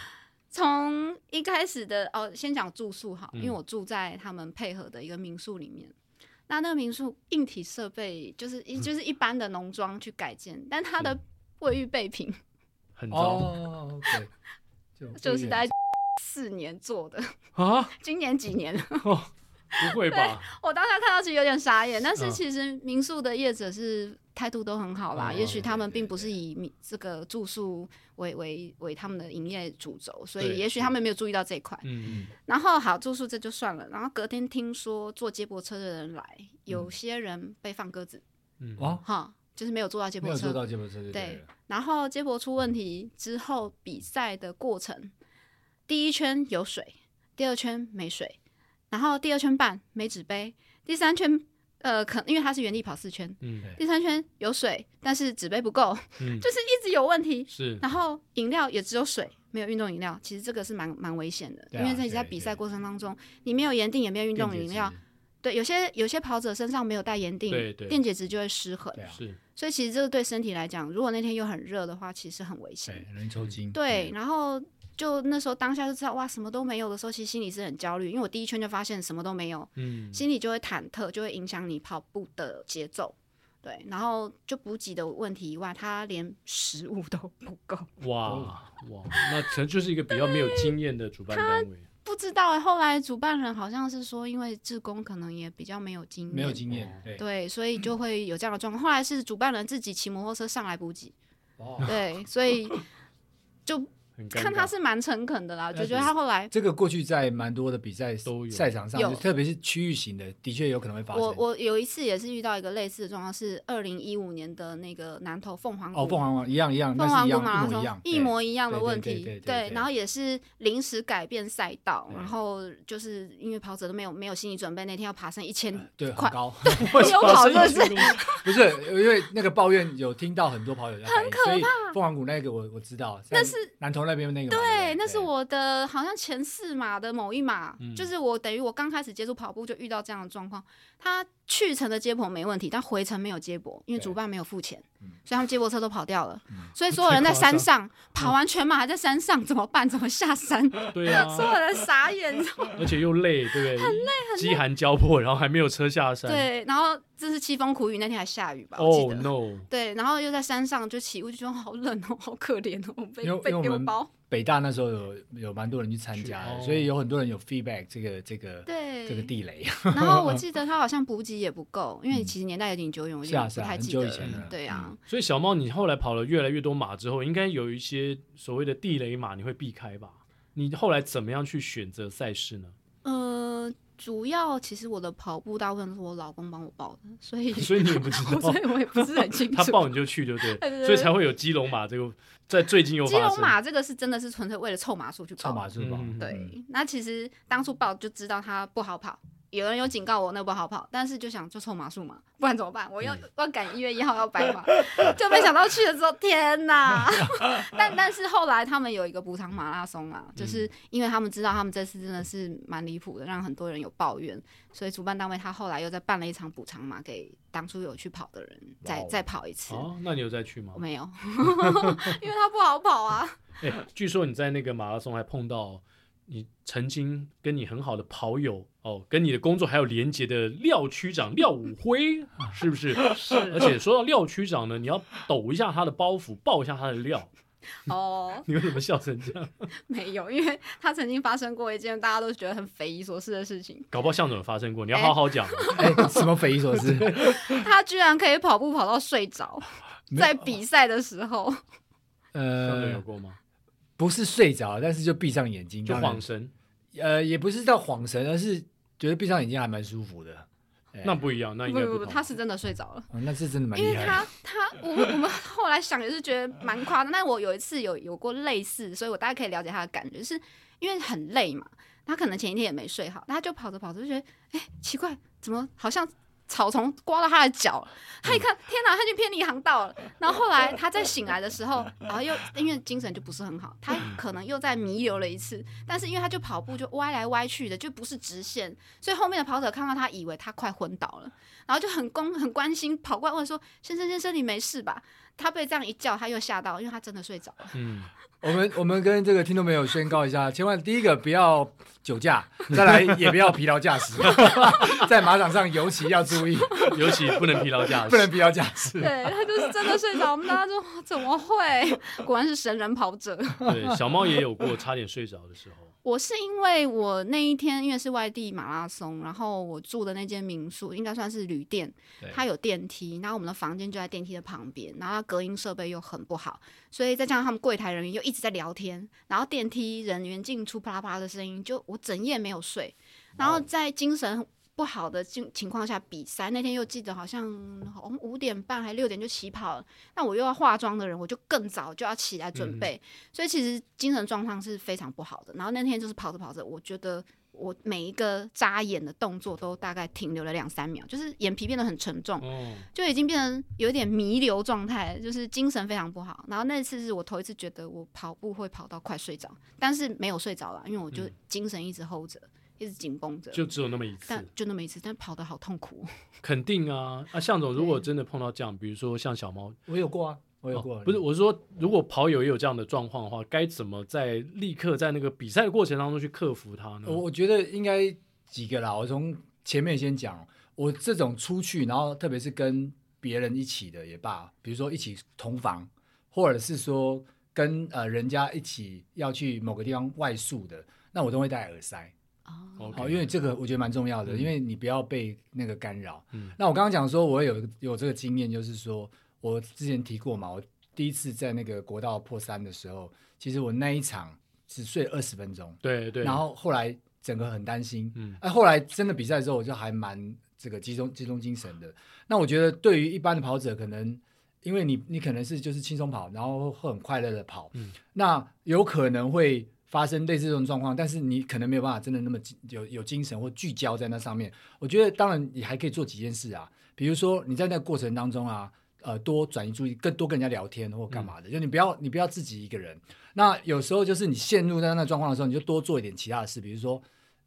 Speaker 3: 从一开始的哦，先讲住宿好，因为
Speaker 1: 嗯
Speaker 3: 我住在他们配合的一个民宿里面。那那个民宿硬体设备就是一就是一般的农庄去改建，但它的卫浴备品
Speaker 1: 很糟
Speaker 2: 哦，OK，就
Speaker 3: 就是大概 (laughs) 四年做的，
Speaker 1: 啊？
Speaker 3: 今年几年了？ (laughs)
Speaker 1: 不会吧？
Speaker 3: 我当下看到其实有点傻眼，但是
Speaker 1: 嗯
Speaker 3: 其实民宿的业者是态度都很好啦，
Speaker 1: 哦
Speaker 3: 也许他们
Speaker 2: 对对
Speaker 3: 并不是以民这个住宿为为为他们的营业主轴，所
Speaker 1: 对
Speaker 3: 以也许他们没有注意到这一块。
Speaker 1: 嗯，
Speaker 3: 然后好住宿这就算了，然后隔天听说坐接驳车的人来，有
Speaker 2: 嗯
Speaker 3: 些人被放鸽子，
Speaker 1: 嗯
Speaker 2: 哇，
Speaker 3: 哈，就是没有坐到接
Speaker 2: 哦没
Speaker 3: 驳
Speaker 2: 有做
Speaker 3: 车。
Speaker 2: 到接驳车就
Speaker 3: 对
Speaker 2: 了。
Speaker 3: 然后接驳出问题之后，比赛的过程，第一圈有水，第二圈没水，然后第二圈半没纸杯，第三圈呃，可因为它是原地跑四圈，
Speaker 1: 嗯
Speaker 3: 第三圈有水，但是纸杯不够，
Speaker 1: 嗯，
Speaker 3: 就是一直有问题。
Speaker 2: 嗯
Speaker 1: 是
Speaker 3: 然后饮料也只有水，没有运动饮料，其实这个是蛮蛮危险的，
Speaker 2: 对啊
Speaker 3: 因为在你在
Speaker 2: 对
Speaker 3: 比赛过程当中，你没有盐定，也没有运动饮料，对，有些有些跑者身上没有带盐定，
Speaker 1: 对对
Speaker 3: 电解质就会失衡，
Speaker 2: 对啊，
Speaker 1: 是，
Speaker 3: 所以其实这个对身体来讲，如果那天又很热的话，其实很危
Speaker 2: 对
Speaker 3: 险，，
Speaker 2: 容易抽筋。嗯
Speaker 3: 对，然后。就那时候当下就知道哇什么都没有的时候，其实心里是很焦虑，因为我第一圈就发现什么都没有，
Speaker 1: 嗯，
Speaker 3: 心里就会忐忑，就会影响你跑步的节奏，对，然后就补给的问题以外，他连食物都不够，
Speaker 1: 哇哇，那可能就是一个比较没有经验的主办单位。
Speaker 3: 不知道、欸，后来主办人好像是说，因为志工可能也比较没有经验，
Speaker 2: 没有经验，嗯对，
Speaker 3: 对，所以就会有这样的状况。后来是主办人自己骑摩托车上来
Speaker 2: (laughs)
Speaker 3: 补给，
Speaker 2: 哦，
Speaker 3: 对，所以就
Speaker 1: 很尴尬
Speaker 3: 看他是蛮诚恳的
Speaker 2: 那
Speaker 3: 啦，就
Speaker 2: 就是
Speaker 3: 觉得他后来，
Speaker 2: 这个过去在蛮多的比赛
Speaker 1: 都有
Speaker 2: 赛场上，
Speaker 3: 有
Speaker 2: 就特别是区域型的，的确有可能会发生。
Speaker 3: 我我有一次也是遇到一个类似的状况，是二零一五年的那个南投凤凰谷
Speaker 2: 哦，凤凰王一样一样，那
Speaker 3: 凤
Speaker 2: 是
Speaker 3: 凰
Speaker 2: 一
Speaker 3: 谷
Speaker 2: 样
Speaker 3: 马
Speaker 2: 一
Speaker 3: 拉
Speaker 2: 模一
Speaker 3: 松
Speaker 2: 样，
Speaker 3: 一模一样的
Speaker 2: 对对
Speaker 3: 问
Speaker 2: 对
Speaker 3: 题，
Speaker 2: 对对对
Speaker 3: 然后也是临时改变赛道，
Speaker 2: 对
Speaker 3: 然后就是因为跑者都没有没有心理准备，那天要爬升
Speaker 2: (laughs)
Speaker 3: 一千
Speaker 2: 对，
Speaker 3: 快
Speaker 2: 很，
Speaker 3: (laughs)
Speaker 2: 高。
Speaker 3: 有跑
Speaker 1: 发
Speaker 3: 者
Speaker 1: 生一
Speaker 3: 是
Speaker 1: 些东西
Speaker 2: (laughs) 不是，因为那个抱怨有听到很多跑友在反映，所以凤凰谷那个我我知道，那是南投那边那个嘛，
Speaker 3: 对，
Speaker 2: 不
Speaker 3: 那是我的好像前四码的某一码，
Speaker 1: 嗯
Speaker 3: 就是我等于我刚开始接触跑步就遇到这样的状况。他去程的接驳没问题，但回程没有接驳，因为
Speaker 2: 对
Speaker 3: 主办没有付钱
Speaker 2: 嗯，
Speaker 3: 所以他们接驳车都跑掉了。
Speaker 2: 嗯 (laughs)
Speaker 3: 所以所有人在山
Speaker 1: 太
Speaker 3: 上跑完全马还在山上，怎么办？怎么下山？
Speaker 2: 哦
Speaker 1: 对啊，
Speaker 3: 所有人傻眼。
Speaker 2: (laughs)
Speaker 1: 而且又累，对不对？很累，很饥寒交迫，然后还没有车下山。
Speaker 3: 对，然后这是凄风苦雨，那天还下雨吧？我记
Speaker 2: 哦
Speaker 1: ，Oh
Speaker 3: 得。
Speaker 1: no！
Speaker 3: 对，然后又在山上就起雾，就觉得好冷哦，好可怜哦，被
Speaker 2: 因为
Speaker 3: 被
Speaker 2: 因为我
Speaker 3: 丢
Speaker 2: 们
Speaker 3: 包。
Speaker 2: 北大那时候有有蛮多人去参加的，
Speaker 1: 去哦
Speaker 2: 所以有很多人有 feedback 这个这个
Speaker 3: 对，
Speaker 2: 这个地雷，啊 (laughs)
Speaker 3: 然后我记得他好像补给也不够，因为
Speaker 2: 嗯
Speaker 3: 其实年代有点久远，我有
Speaker 2: 是啊
Speaker 3: 点
Speaker 2: 是啊，
Speaker 3: 不太
Speaker 2: 很
Speaker 3: 记
Speaker 2: 久
Speaker 3: 得
Speaker 2: 以前
Speaker 3: 了。
Speaker 2: 了，
Speaker 3: 对啊，
Speaker 1: 所以小猫，你后来跑了越来越多马之后，应该有一些所谓的地雷马，你会避开吧？你后来怎么样去选择赛事呢？ (laughs)
Speaker 2: 嗯
Speaker 3: 呃，主要其实我的跑步大部分都是我老公帮我报的，
Speaker 2: (laughs)
Speaker 3: 所以
Speaker 1: 所以你也不知道
Speaker 3: 所， (laughs) 以我也不是很清楚。
Speaker 1: 他报你就去，对不
Speaker 3: 对对
Speaker 1: 对？
Speaker 3: 对
Speaker 1: 所以才会有基隆马这个在最近又
Speaker 3: 基
Speaker 1: 发
Speaker 3: 隆
Speaker 1: 生。
Speaker 3: 马这个是真的是纯粹为了凑码数去
Speaker 2: 超
Speaker 3: 报，
Speaker 2: 马术吧，
Speaker 1: 嗯
Speaker 3: 对，那其实当初报就知道它不好跑。有人有警告我那不好跑，但是就想就凑码数嘛，不然怎么办？我要、
Speaker 1: 嗯
Speaker 3: 要赶一月一号要白马， (laughs) 就没想到去了之后，天哪！ (laughs) 但但是后来他们有一个补偿马拉松啊，就是
Speaker 1: 嗯
Speaker 3: 因为他们知道他们这次真的是蛮离谱的，让很多人有抱怨，所以主办单位他后来又再办了一场补偿马给当初有去跑的人，再
Speaker 2: 哇哦
Speaker 3: 再跑一次。
Speaker 1: 哦，那你有再去吗
Speaker 3: 我？没有， (laughs) 因为他不好
Speaker 1: (laughs)
Speaker 3: 跑啊。
Speaker 1: 哎、据说你在那个马拉松还碰到你曾经跟你很好的跑友哦，跟你的工作还有连结的廖区长廖武辉，啊是不是？是。而且说到廖区长呢，你要抖一下他的包袱，爆一下他的料。
Speaker 3: 哦、
Speaker 1: 你为什么笑成这样？
Speaker 3: (laughs) 没有，因为他曾经发生过一件大家都觉得很匪夷所思的事情。
Speaker 1: 搞不好向总有发生过，你要好好讲。
Speaker 2: 哎，什么匪夷所思？
Speaker 3: 他居然可以跑步跑到睡着，
Speaker 2: 没有
Speaker 3: 在比赛的时候，
Speaker 1: 向总有
Speaker 2: 呃，
Speaker 1: 过吗？
Speaker 2: 不是睡着，但是就闭上眼睛，
Speaker 1: 就
Speaker 2: 当然
Speaker 1: 晃神，
Speaker 2: 呃，也不是到晃神，而是觉得闭上眼睛还蛮舒服的。哎
Speaker 1: 那不一样，那应
Speaker 3: 不
Speaker 1: 该
Speaker 3: 不不，
Speaker 1: 同
Speaker 3: 他是真的睡着了。
Speaker 2: 哦那是真的蛮
Speaker 3: 因为
Speaker 2: 厉害的。
Speaker 3: 他他我们我们后来想也是觉得蛮夸张，但我有一次有有过类似，所以我大概可以了解他的感觉，就是因为很累嘛，他可能前一天也没睡好，他就跑着跑着就觉得，哎、奇怪，怎么好像草丛刮到他的脚，他一看，
Speaker 2: 嗯
Speaker 3: 天哪，他就偏离航道了。然后后来他在醒来的时候，然后又因为精神就不是很好，他可能又在弥留了一次，但是因为他就跑步就歪来歪去的，就不是直线，所以后面的跑者看到他，以为他快昏倒了，然后就很公很关心跑过来问说：“先生，先生，你没事吧？”他被这样一叫，他又吓到，因为他真的睡着了。
Speaker 1: 嗯，
Speaker 2: 我们我们跟这个听众朋友宣告一下，千万第一个不要酒驾， (laughs) 再来也不要疲劳驾驶， (laughs) 在马场上尤其要注意，
Speaker 1: 尤其不能疲劳
Speaker 2: (laughs)
Speaker 1: 驾驶，
Speaker 2: 不能疲劳驾驶。
Speaker 3: (laughs) 对他就是真的睡着，我们大家说哇怎么 (laughs) 会？果然是神人跑者。
Speaker 1: 对，小猫也有过差点睡着的时候。
Speaker 3: 我是因为我那一天因为是外地马拉松，然后我住的那间民宿应该算是旅店
Speaker 1: 对，
Speaker 3: 它有电梯，然后我们的房间就在电梯的旁边，然后它隔音设备又很不好，所以再加上他们柜台人员又一直在聊天，然后电梯人员进出啪啦啪啦的声音，就我整夜没有睡，
Speaker 1: 哦
Speaker 3: 然后在精神。不好的情情况下比赛那天又记得好像好像五点半还六点就起跑了，那我又要化妆的人，我就更早就要起来
Speaker 1: 嗯哼
Speaker 3: 准备，所以其实精神状况是非常不好的。然后那天就是跑着跑着，我觉得我每一个眨眼的动作都大概停留了两三秒，就是眼皮变得很沉
Speaker 2: 嗯
Speaker 3: 重，
Speaker 1: 哦，
Speaker 3: 就已经变成有点弥留状态，就是精神非常不好。然后那次是我头一次觉得我跑步会跑到快睡着，但是没有睡着啦，因为我就
Speaker 1: 嗯
Speaker 3: 精神一直 hold 着，一直紧绷着。
Speaker 1: 就只有那么一次
Speaker 3: 但。就那么一次，但跑得好痛苦哦。 (laughs)
Speaker 1: 肯定啊，啊，向总，如果
Speaker 3: 对
Speaker 1: 真的碰到这样，比如说像小猫，
Speaker 2: 我有过啊，我有过，
Speaker 1: 哦不是，我是说，如果跑友也有这样的状况的话，该怎么在立刻在那个比赛的过程当中去克服它呢？
Speaker 2: 我我觉得应该几个啦，我从前面先讲，我这种出去，然后特别是跟别人一起的也罢，比如说一起同房，或者是说跟呃人家一起要去某个地方外宿的，那我都会戴耳塞。
Speaker 3: 啊
Speaker 1: OK
Speaker 2: 好，因为这个我觉得蛮重要的，
Speaker 1: 嗯
Speaker 2: 因为你不要被那个干扰。
Speaker 1: 嗯
Speaker 2: 那我刚刚讲说，我有有这个经验，就是说我之前提过嘛，我第一次在那个国道破三的时候，其实我那一场只睡二十分钟，
Speaker 1: 对对，
Speaker 2: 然后后来整个很担心，
Speaker 1: 嗯
Speaker 2: 哎、后来真的比赛之后，我就还蛮这个集中集中精神的。那我觉得对于一般的跑者，可能因为你你可能是就是轻松跑，然后会很快乐的跑，
Speaker 1: 嗯
Speaker 2: 那有可能会发生类似这种状况，但是你可能没有办法真的那么集有有精神或聚焦在那上面。我觉得当然你还可以做几件事啊，比如说你在那个过程当中啊。呃，多转移注意，更多跟人家聊天或
Speaker 1: 嗯
Speaker 2: 干嘛的，就你不要你不要自己一个人。那有时候就是你陷入在那状况的时候，你就多做一点其他的事，比如说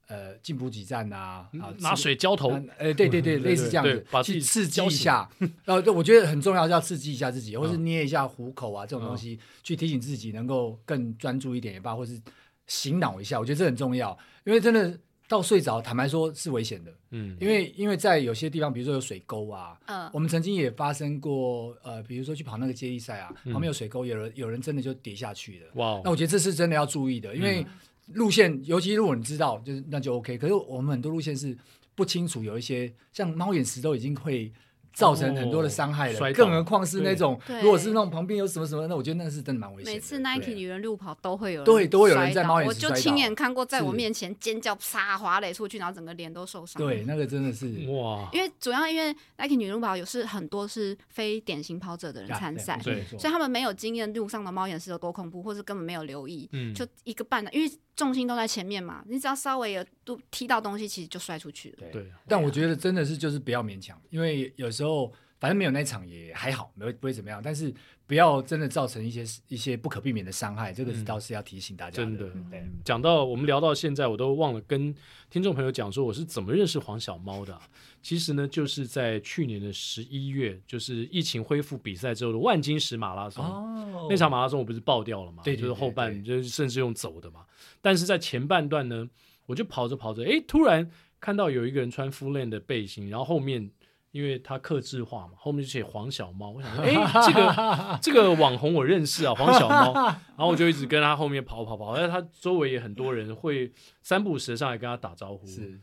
Speaker 2: 呃进补给站啊，啊
Speaker 1: 嗯拿
Speaker 2: 吃
Speaker 1: 水浇头，
Speaker 2: 嗯呃，对对对，
Speaker 1: 嗯
Speaker 2: 类似这样
Speaker 1: (laughs) 对
Speaker 2: 子
Speaker 1: 对，把自
Speaker 2: 去
Speaker 1: 己
Speaker 2: 刺激
Speaker 1: 浇
Speaker 2: 一
Speaker 1: 醒
Speaker 2: 下。 (laughs) 然后对我觉得很重要，是要刺激一下自己，或是
Speaker 1: 嗯
Speaker 2: 捏一下虎口啊这种东西，去提醒自己能够更专注一点也罢，或是醒脑一下。我觉得这很重要，因为真的到睡着，坦白说是危险的，
Speaker 1: 嗯，
Speaker 2: 因为因为在有些地方，比如说有水沟啊。
Speaker 3: 嗯、
Speaker 2: 我们曾经也发生过，呃，比如说去跑那个接力赛啊，旁边有水沟，有人有人真的就跌下去了。
Speaker 1: 嗯哇哦，嗯
Speaker 2: 那我觉得这是真的要注意的，因为路线，尤其如果你知道，就是那就 OK。可是我们很多路线是不清楚，有一些像猫眼石都已经会造成很多的伤害
Speaker 1: 哦
Speaker 2: 了，
Speaker 1: 摔倒
Speaker 2: 更何况是那种
Speaker 3: 对
Speaker 2: 如果是那种旁边有什么什么，那我觉得那是真的蛮危险的。
Speaker 3: 每次
Speaker 2: 对
Speaker 3: Nike 女人路跑都会有人
Speaker 2: 对都会有人
Speaker 3: 摔
Speaker 2: 在
Speaker 3: 倒
Speaker 2: 猫眼
Speaker 3: 我
Speaker 2: 石
Speaker 3: 就
Speaker 2: 摔
Speaker 3: 亲
Speaker 2: 倒
Speaker 3: 眼看过，在我
Speaker 2: 是
Speaker 3: 面前尖叫，啪滑垒出去，然后整个脸都受伤。
Speaker 2: 对，那个真的是
Speaker 1: 嗯哇，
Speaker 3: 因为主要因为 Nike 女路跑有是很多是非典型跑者的人
Speaker 2: 啊
Speaker 3: 参赛，
Speaker 1: 对
Speaker 2: 对没错，没
Speaker 3: 所
Speaker 2: 错
Speaker 3: 以他们没有经验路上的猫眼石有多恐怖，或是根本没有留意，
Speaker 1: 嗯，
Speaker 3: 就一个半的，因为重心都在前面嘛，你只要稍微有都踢到东西，其实就摔出去了。
Speaker 2: 对。
Speaker 1: 对，啊
Speaker 2: 但我觉得真的是就是不要勉强，因为有时候反正没有那一场也还好，没有不会怎么样，但是不要真的造成一些一些不可避免的伤害，这个是
Speaker 1: 嗯
Speaker 2: 倒是要提醒大家
Speaker 1: 真
Speaker 2: 嗯
Speaker 1: 的
Speaker 2: 对。
Speaker 1: 讲到我们聊到现在，我都忘了跟听众朋友讲说我是怎么认识黄小猫的啊、其实呢，就是在去年的十一月，就是疫情恢复比赛之后的万金石马拉松。
Speaker 2: 哦
Speaker 1: 那场马拉松我不是爆掉了嘛？
Speaker 2: 对对
Speaker 1: 就是后
Speaker 2: 对
Speaker 1: 半
Speaker 2: 对
Speaker 1: 就是甚至用走的嘛。但是在前半段呢，我就跑着跑着，诶，突然看到有一个人穿 full length 的背心，然后后面因为他刻制化嘛，后面就写黄小猫。我想说，诶，这
Speaker 2: (laughs)
Speaker 1: 个这个网红我认识啊，黄小猫。 (laughs) 然后我就一直跟他后面跑跑跑，但是他周围也很多人会三不五时地上来跟他打招呼。
Speaker 2: 是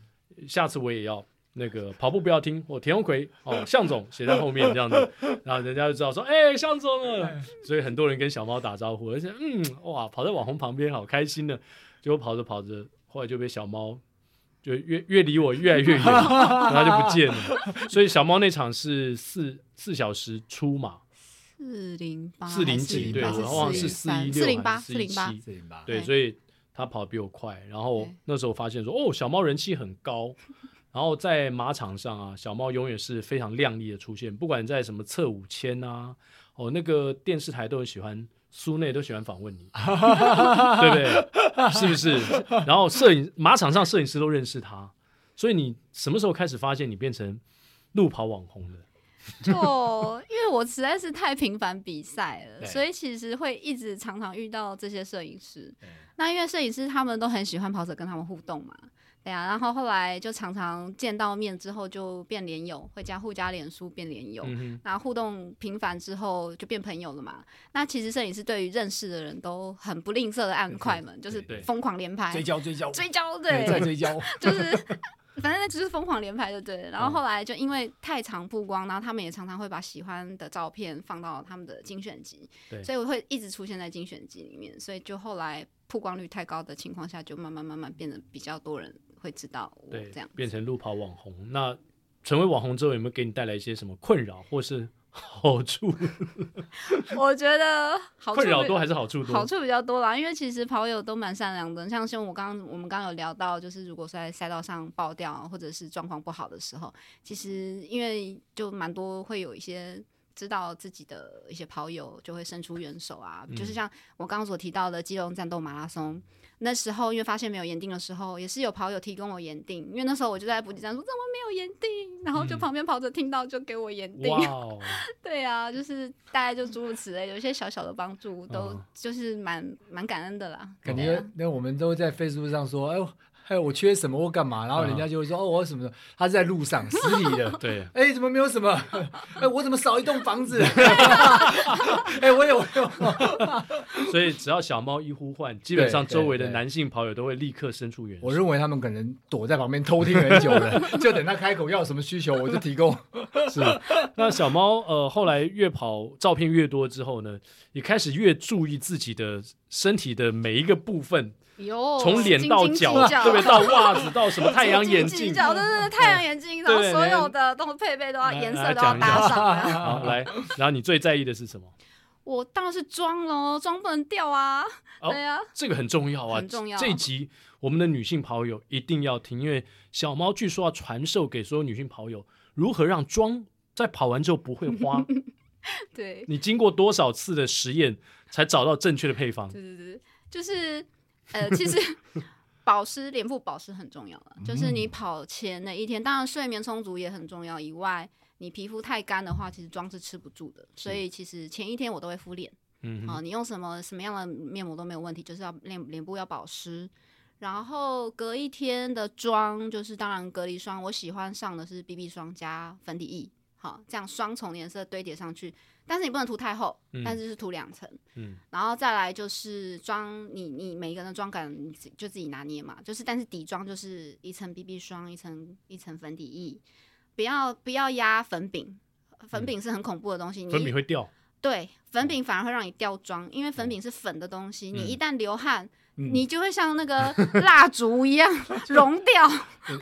Speaker 1: 下次我也要那个跑步不要听，我田鸿奎哦，向总写在后面这样子，然后人家就知道说，哎、向总了，所以很多人跟小猫打招呼，而且嗯，哇，跑在网红旁边好开心的，结果跑着跑着，后来就被小猫。就越越离我越来越远，然后就不见了。所以小猫那场是四四小时出嘛，
Speaker 3: 四零八，
Speaker 1: 四零
Speaker 2: 几
Speaker 1: 几对，
Speaker 2: 还
Speaker 1: 然
Speaker 2: 是
Speaker 1: 后好像是四
Speaker 3: 四
Speaker 1: 一
Speaker 3: 四
Speaker 1: 六
Speaker 3: 零八，
Speaker 1: 还是
Speaker 3: 四
Speaker 1: 四一
Speaker 3: 零八，
Speaker 1: 七，
Speaker 2: 这样吧。
Speaker 1: 对，
Speaker 3: 对
Speaker 1: 所以他跑得比我快。然后
Speaker 3: 对
Speaker 1: 那时候发现说，哦，小猫人气很高，然后在马场上啊，小猫永远是非常亮丽的出现，不管在什么侧五千啊，哦，那个电视台都很喜欢，苏内都喜欢访问你，对不对？是不是？然后摄影马场上摄影师都认识他，所以你什么时候开始发现你变成路跑网红的？ (laughs)
Speaker 3: 就因为我实在是太频繁比赛了，
Speaker 2: 对
Speaker 3: 所以其实会一直常常遇到这些摄影师。那因为摄影师他们都很喜欢跑者跟他们互动嘛，对啊。然后后来就常常见到面之后就变连友，会加互加脸书变连友。
Speaker 1: 嗯哼，
Speaker 3: 那互动频繁之后就变朋友了嘛？那其实摄影师对于认识的人都很不吝啬的按快门，就是
Speaker 1: 对
Speaker 3: 疯狂连拍
Speaker 2: 追、焦追焦
Speaker 3: 追焦，
Speaker 2: 对
Speaker 3: 对，
Speaker 2: 再
Speaker 1: (laughs)
Speaker 2: 追焦，
Speaker 3: 就是 (laughs) 反正就是疯狂连拍就对
Speaker 1: 嗯
Speaker 3: 了。然后后来就因为太常曝光，然后他们也常常会把喜欢的照片放到他们的精选集
Speaker 1: 对，
Speaker 3: 所以我会一直出现在精选集里面。所以就后来曝光率太高的情况下，就慢慢慢慢变得比较多人会知道我
Speaker 1: 对
Speaker 3: 这样，。
Speaker 1: 变成路跑网红。那成为网红之后，有没有给你带来一些什么困扰或是好处？
Speaker 3: 我觉得好处
Speaker 1: 困扰
Speaker 3: 比
Speaker 1: 多还是好处多？
Speaker 3: 好处比较多啦，因为其实跑友都蛮善良的，像像我刚刚我们刚刚有聊到，就是如果是在赛道上爆掉啊或者是状况不好的时候，其实因为就蛮多会有一些。知道自己的一些跑友就会伸出援手啊，
Speaker 1: 嗯
Speaker 3: 就是像我刚刚所提到的基隆战斗马拉松，那时候因为发现没有盐定的时候，也是有跑友提供我盐定，因为那时候我就在补给站说怎么没有盐定，然后就
Speaker 1: 嗯
Speaker 3: 旁边跑者听到就给我盐定，
Speaker 1: 哇哦，
Speaker 3: 对啊，就是大概就诸如此类，有一些小小的帮助，都
Speaker 1: 嗯，
Speaker 3: 就是蛮蛮感恩的啦。
Speaker 2: 感
Speaker 3: 对
Speaker 2: 觉
Speaker 3: 啊
Speaker 2: 那我们都在 Facebook 上说，哎呦，哎呦，我缺什么或干嘛，然后人家就会说，哦，我什么什么，他是在路上实体的
Speaker 1: 呃 (laughs) 对，
Speaker 2: 哎，怎么没有什么？哎，我怎么少一栋
Speaker 1: (laughs)
Speaker 2: 房子？哎，我有我有，
Speaker 1: 所以只要小猫一呼唤，基本上周围的
Speaker 2: 对
Speaker 1: 男性跑友都会立刻伸出援手。
Speaker 2: 我认为他们可能躲在旁边偷听很久了， (laughs) 就等他开口要什么需求，我就提供。
Speaker 1: 是， (laughs) 那小猫呃，后来越跑照片越多之后呢，也开始越注意自己的身体的每一个部分，
Speaker 3: 哟，
Speaker 1: 从脸到脚，对
Speaker 3: 对
Speaker 1: 不
Speaker 3: (laughs)
Speaker 1: 对？到袜子，到什么太阳眼
Speaker 3: 对
Speaker 1: 镜。
Speaker 3: 对对，太阳眼镜，然
Speaker 1: 对
Speaker 3: 后所有的都配备都要
Speaker 1: 来
Speaker 3: 颜
Speaker 1: 来
Speaker 3: 色都要
Speaker 1: 讲一下
Speaker 3: 搭
Speaker 1: (laughs)
Speaker 2: (laughs)
Speaker 3: 上。
Speaker 1: 好，来，然后你最在意的是什么？
Speaker 3: 我当然是妆喽，妆不能掉啊。
Speaker 1: 哦
Speaker 3: 对啊，
Speaker 1: 这个很重要啊，
Speaker 3: 很重要
Speaker 1: 这一集我们的女性跑友一定要听，因为小猫据说要传授给所有女性跑友如何让妆在跑完之后不会
Speaker 3: (laughs)
Speaker 1: 花。
Speaker 3: 对，
Speaker 1: 你经过多少次的实验才找到正确的配方？
Speaker 3: 对对对，就是呃，其实保湿脸部保湿很重要了，就是你跑前的一天，当然睡眠充足也很重要。以外，你皮肤太干的话，其实妆是吃不住的，所以其实前一天我都会敷脸。
Speaker 1: 嗯
Speaker 3: 好、
Speaker 1: 哼，
Speaker 3: 啊你用什么什么样的面膜都没有问题，就是要脸脸部要保湿。然后隔一天的妆，就是当然隔离霜，我喜欢上的是 BB 霜加粉底液，好，这样双重颜色堆叠上去。但是你不能涂太厚，
Speaker 1: 嗯
Speaker 3: 但是是涂两层。
Speaker 1: 嗯，
Speaker 3: 然后再来就是妆，你你每一个人的妆感你自就自己拿捏嘛，就是但是底妆就是一层 BB 霜，一层一层粉底液，不要不要压粉饼，粉饼是很恐怖的东西，你
Speaker 1: 嗯粉
Speaker 3: 一
Speaker 1: 饼会掉。
Speaker 3: 对，
Speaker 1: 嗯
Speaker 3: 粉饼反而会让你掉妆，因为粉饼是粉的东西，你一旦流汗，
Speaker 1: 嗯
Speaker 3: 你就会像那个蜡烛一样
Speaker 1: (laughs)
Speaker 3: 融掉。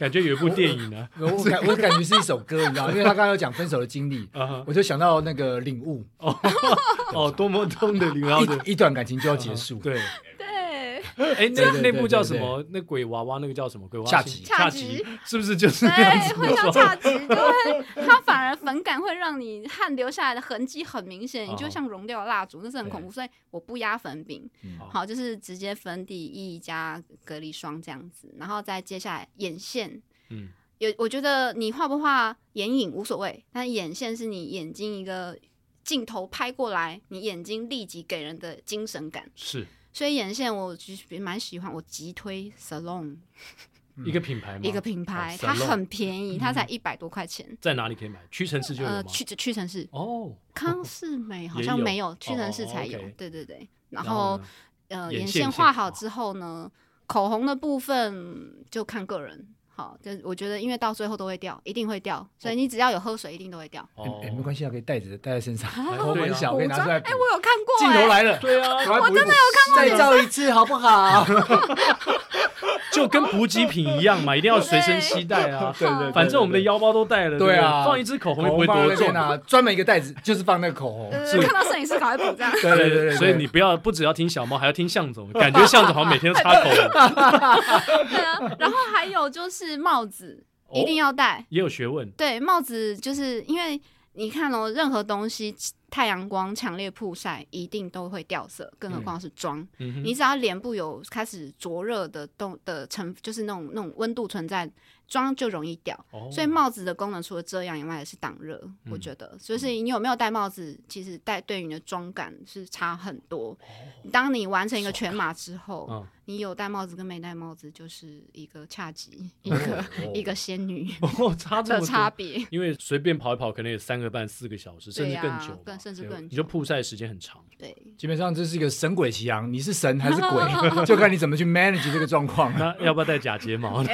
Speaker 1: 感觉有一部电影
Speaker 3: (laughs)
Speaker 1: 呢、
Speaker 2: 我我感我感觉是一首歌，你知道吗，因为他刚刚有讲分手的经历，
Speaker 1: 啊，
Speaker 2: 我就想到那个领悟，
Speaker 1: 哦，多么痛的领导者
Speaker 2: 一一段感情就要嗯结束。
Speaker 1: 啊对， (laughs)
Speaker 3: 对，
Speaker 1: 哎，
Speaker 2: 对
Speaker 1: 那
Speaker 2: 对
Speaker 1: 那
Speaker 2: 对
Speaker 1: 部叫什么？那鬼娃娃那个叫什么？鬼娃娃
Speaker 2: 恰
Speaker 1: 星
Speaker 2: 吉
Speaker 1: 恰
Speaker 3: 恰
Speaker 1: 吉
Speaker 3: 吉
Speaker 1: 是不是就是那样
Speaker 3: 对，
Speaker 1: 子
Speaker 3: 哎会
Speaker 1: 的
Speaker 3: 像
Speaker 1: 妆？(laughs)
Speaker 3: 差值，就会它反而粉感会让你汗留下来的痕迹很明显，你
Speaker 1: 哦
Speaker 3: 就像融掉蜡烛，那是很恐怖。所以我不压粉饼，
Speaker 2: 嗯
Speaker 1: 好
Speaker 3: 好，就是直接粉底液加隔离霜这样子，然后再接下来眼线。
Speaker 1: 嗯，
Speaker 3: 有，我觉得你画不画眼影无所谓，但眼线是你眼睛一个镜头拍过来，你眼睛立即给人的精神感。
Speaker 1: 是
Speaker 3: 所以眼线我其实蛮喜欢，我急推 Salon
Speaker 2: 嗯
Speaker 1: 一个品牌吗？
Speaker 3: 一个品牌，
Speaker 1: 哦
Speaker 3: 它
Speaker 1: Salon
Speaker 3: 很便宜，它才一百多块钱。
Speaker 1: 在哪里可以买？屈臣氏就有
Speaker 3: 呃，
Speaker 1: 吗？
Speaker 3: 屈屈
Speaker 1: (laughs)
Speaker 3: 臣氏、
Speaker 1: 哦，
Speaker 3: 康士美好
Speaker 1: 也
Speaker 3: 像
Speaker 1: 有
Speaker 3: 没有，屈臣
Speaker 1: 哦
Speaker 3: 氏才有。
Speaker 1: OK
Speaker 3: 对对对，然
Speaker 1: 然
Speaker 3: 后
Speaker 1: 呢
Speaker 3: 呃，
Speaker 1: 眼
Speaker 3: 眼
Speaker 1: 线
Speaker 3: 线
Speaker 1: 线
Speaker 3: 画好
Speaker 1: 条
Speaker 3: 之后呢，口红的部分就看个人。好，就是我觉得，因为到最后都会掉，一定会掉，
Speaker 2: 哦
Speaker 3: 所以你只要有喝水，一定都会掉。
Speaker 2: 哎、哎没
Speaker 1: 哦，
Speaker 2: 关系啊，可以带着带在身上，
Speaker 1: 啊
Speaker 2: 我
Speaker 1: 对
Speaker 2: 很
Speaker 1: 啊
Speaker 2: 小，可以拿出来补。
Speaker 3: 哎、我有看过、
Speaker 2: 镜
Speaker 3: 哎
Speaker 2: 头来了，
Speaker 1: 对啊，
Speaker 2: 赶快补一补。再照一次好不 (laughs) 好？
Speaker 1: 就跟补给品一样嘛，一定要随身携带啊。
Speaker 2: 对对对
Speaker 1: 反正我们的腰包都带了，
Speaker 2: 对啊
Speaker 1: 不放一支口红也
Speaker 2: 口
Speaker 1: 不会
Speaker 2: 红放在
Speaker 1: 多重
Speaker 2: 那边。啊，专门一个袋子就是放那个口红。
Speaker 3: 呃
Speaker 1: 是，
Speaker 3: 看到摄影师赶快补这 (laughs) 样。
Speaker 2: 对对对对，
Speaker 1: 所以你不要不只要听小猫，还要听向总，感觉向总好像每天都擦口红。
Speaker 3: 对啊，然后还有就是帽子，
Speaker 2: 哦
Speaker 3: (laughs) 一定
Speaker 1: 要
Speaker 3: 要戴。
Speaker 1: 哦也有学问，
Speaker 3: 对，帽子就是因为你看哦，任何东西太阳光强烈曝晒，一定都会掉色，更何况是妆。
Speaker 1: 嗯哼，
Speaker 3: 你只要脸部有开始灼热的动的成，就是那种那种温度存在，妆就容易掉。
Speaker 1: 哦
Speaker 3: 所以帽子的功能除了遮阳以外，也是挡热。我
Speaker 1: 嗯
Speaker 3: 觉得，就是你有没有戴帽子，其实戴对于你的妆感是差很多。当你完成一个全马之后
Speaker 1: 哦嗯，
Speaker 3: 你有戴帽子跟没戴帽子，就是一个
Speaker 1: (laughs)
Speaker 3: 恰吉，一个
Speaker 1: 哦
Speaker 3: 一个仙女
Speaker 1: (laughs) 哦差这
Speaker 3: 的
Speaker 1: 么
Speaker 3: 差
Speaker 1: 多。
Speaker 3: 别。
Speaker 1: 因为随便跑一跑，可能也三个半、四个小时，甚
Speaker 3: 对
Speaker 1: 至
Speaker 3: 呀
Speaker 1: 更久吧，
Speaker 3: 更甚至
Speaker 1: 对
Speaker 3: 更
Speaker 1: 你就
Speaker 3: 久
Speaker 1: 曝晒时间很长。
Speaker 3: 对，
Speaker 2: 基本上这是一个神鬼奇航，你是神还是
Speaker 3: (laughs)
Speaker 2: 鬼，就看你怎么去 manage 这个状况。
Speaker 1: 那要不要戴假睫毛
Speaker 3: (laughs)
Speaker 1: 呢？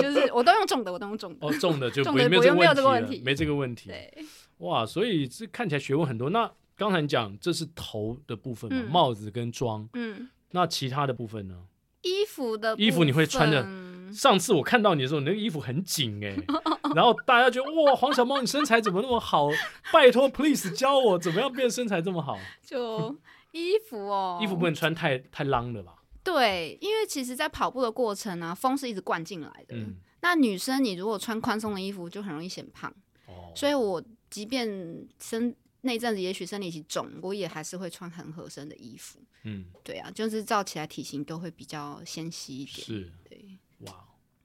Speaker 3: 就是我都用重的，我都用重的。
Speaker 1: 哦，重的就
Speaker 3: 哎重
Speaker 1: 不
Speaker 3: 的
Speaker 1: 没有
Speaker 3: 不
Speaker 1: 这
Speaker 3: 用没有
Speaker 1: 个
Speaker 3: 这个
Speaker 1: 问
Speaker 3: 问
Speaker 1: 题
Speaker 3: 题
Speaker 1: 了，没这个问题。
Speaker 3: 对，
Speaker 1: 哇，所以这看起来学问很多。那刚才你讲这是头的部分嘛，
Speaker 3: 嗯
Speaker 1: 帽子跟妆，
Speaker 3: 嗯，
Speaker 1: 那其他的部分呢？
Speaker 3: 衣服的
Speaker 1: 衣服你会穿着
Speaker 3: 部分。
Speaker 1: 上次我看到你的时候，你那个衣服很紧哎、
Speaker 3: (laughs)
Speaker 1: 然后大家觉得哇，黄小猫你身材怎么那么好？拜托，please 教我怎么样变身材这么好？ (laughs)
Speaker 3: 就衣服哦，
Speaker 1: 衣服不能穿太太浪了吧？
Speaker 3: 对，因为其实，在跑步的过程啊，风是一直灌进来的。
Speaker 1: 嗯，
Speaker 3: 那女生你如果穿宽松的衣服，就很容易显胖。
Speaker 1: 哦，
Speaker 3: 所以我即便身那阵子也许生理期重，我也还是会穿很合身的衣服。
Speaker 1: 嗯
Speaker 3: 对啊，就是照起来体型都会比较纤细一点。
Speaker 1: 是
Speaker 3: 对，
Speaker 1: 哇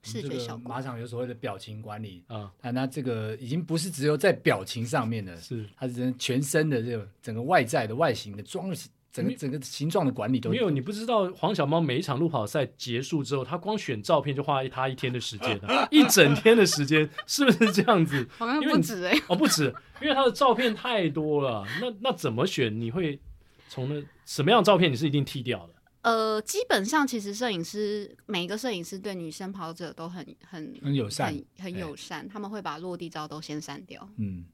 Speaker 3: 视
Speaker 2: 这
Speaker 3: 觉效
Speaker 2: 个
Speaker 3: 果。
Speaker 2: 马场有所谓的表情管理
Speaker 1: 啊、
Speaker 2: 啊，那这个已经不是只有在表情上面的，
Speaker 1: 是
Speaker 2: 它是整个全身的这种整个外在的外形的装饰，整个整个形状的管理都
Speaker 1: 没有你不知道黄小猫每一场路跑赛结束之后，他光选照片就花了他一天的时间啊、
Speaker 3: (laughs)
Speaker 1: 一整天的时间，是不是这样子？
Speaker 3: 好像
Speaker 1: 因为
Speaker 3: 不
Speaker 1: 你
Speaker 3: 止哎、欸，
Speaker 1: (laughs) 哦，不止，因为他的照片太多了。那那怎么选？你会从那什么样的照片你是一定剔掉的？
Speaker 3: 呃，基本上其实摄影师每一个摄影师对女生跑者都很很
Speaker 2: 很友善，
Speaker 3: 很很友善，他们会把落地照都先删掉。
Speaker 2: 嗯，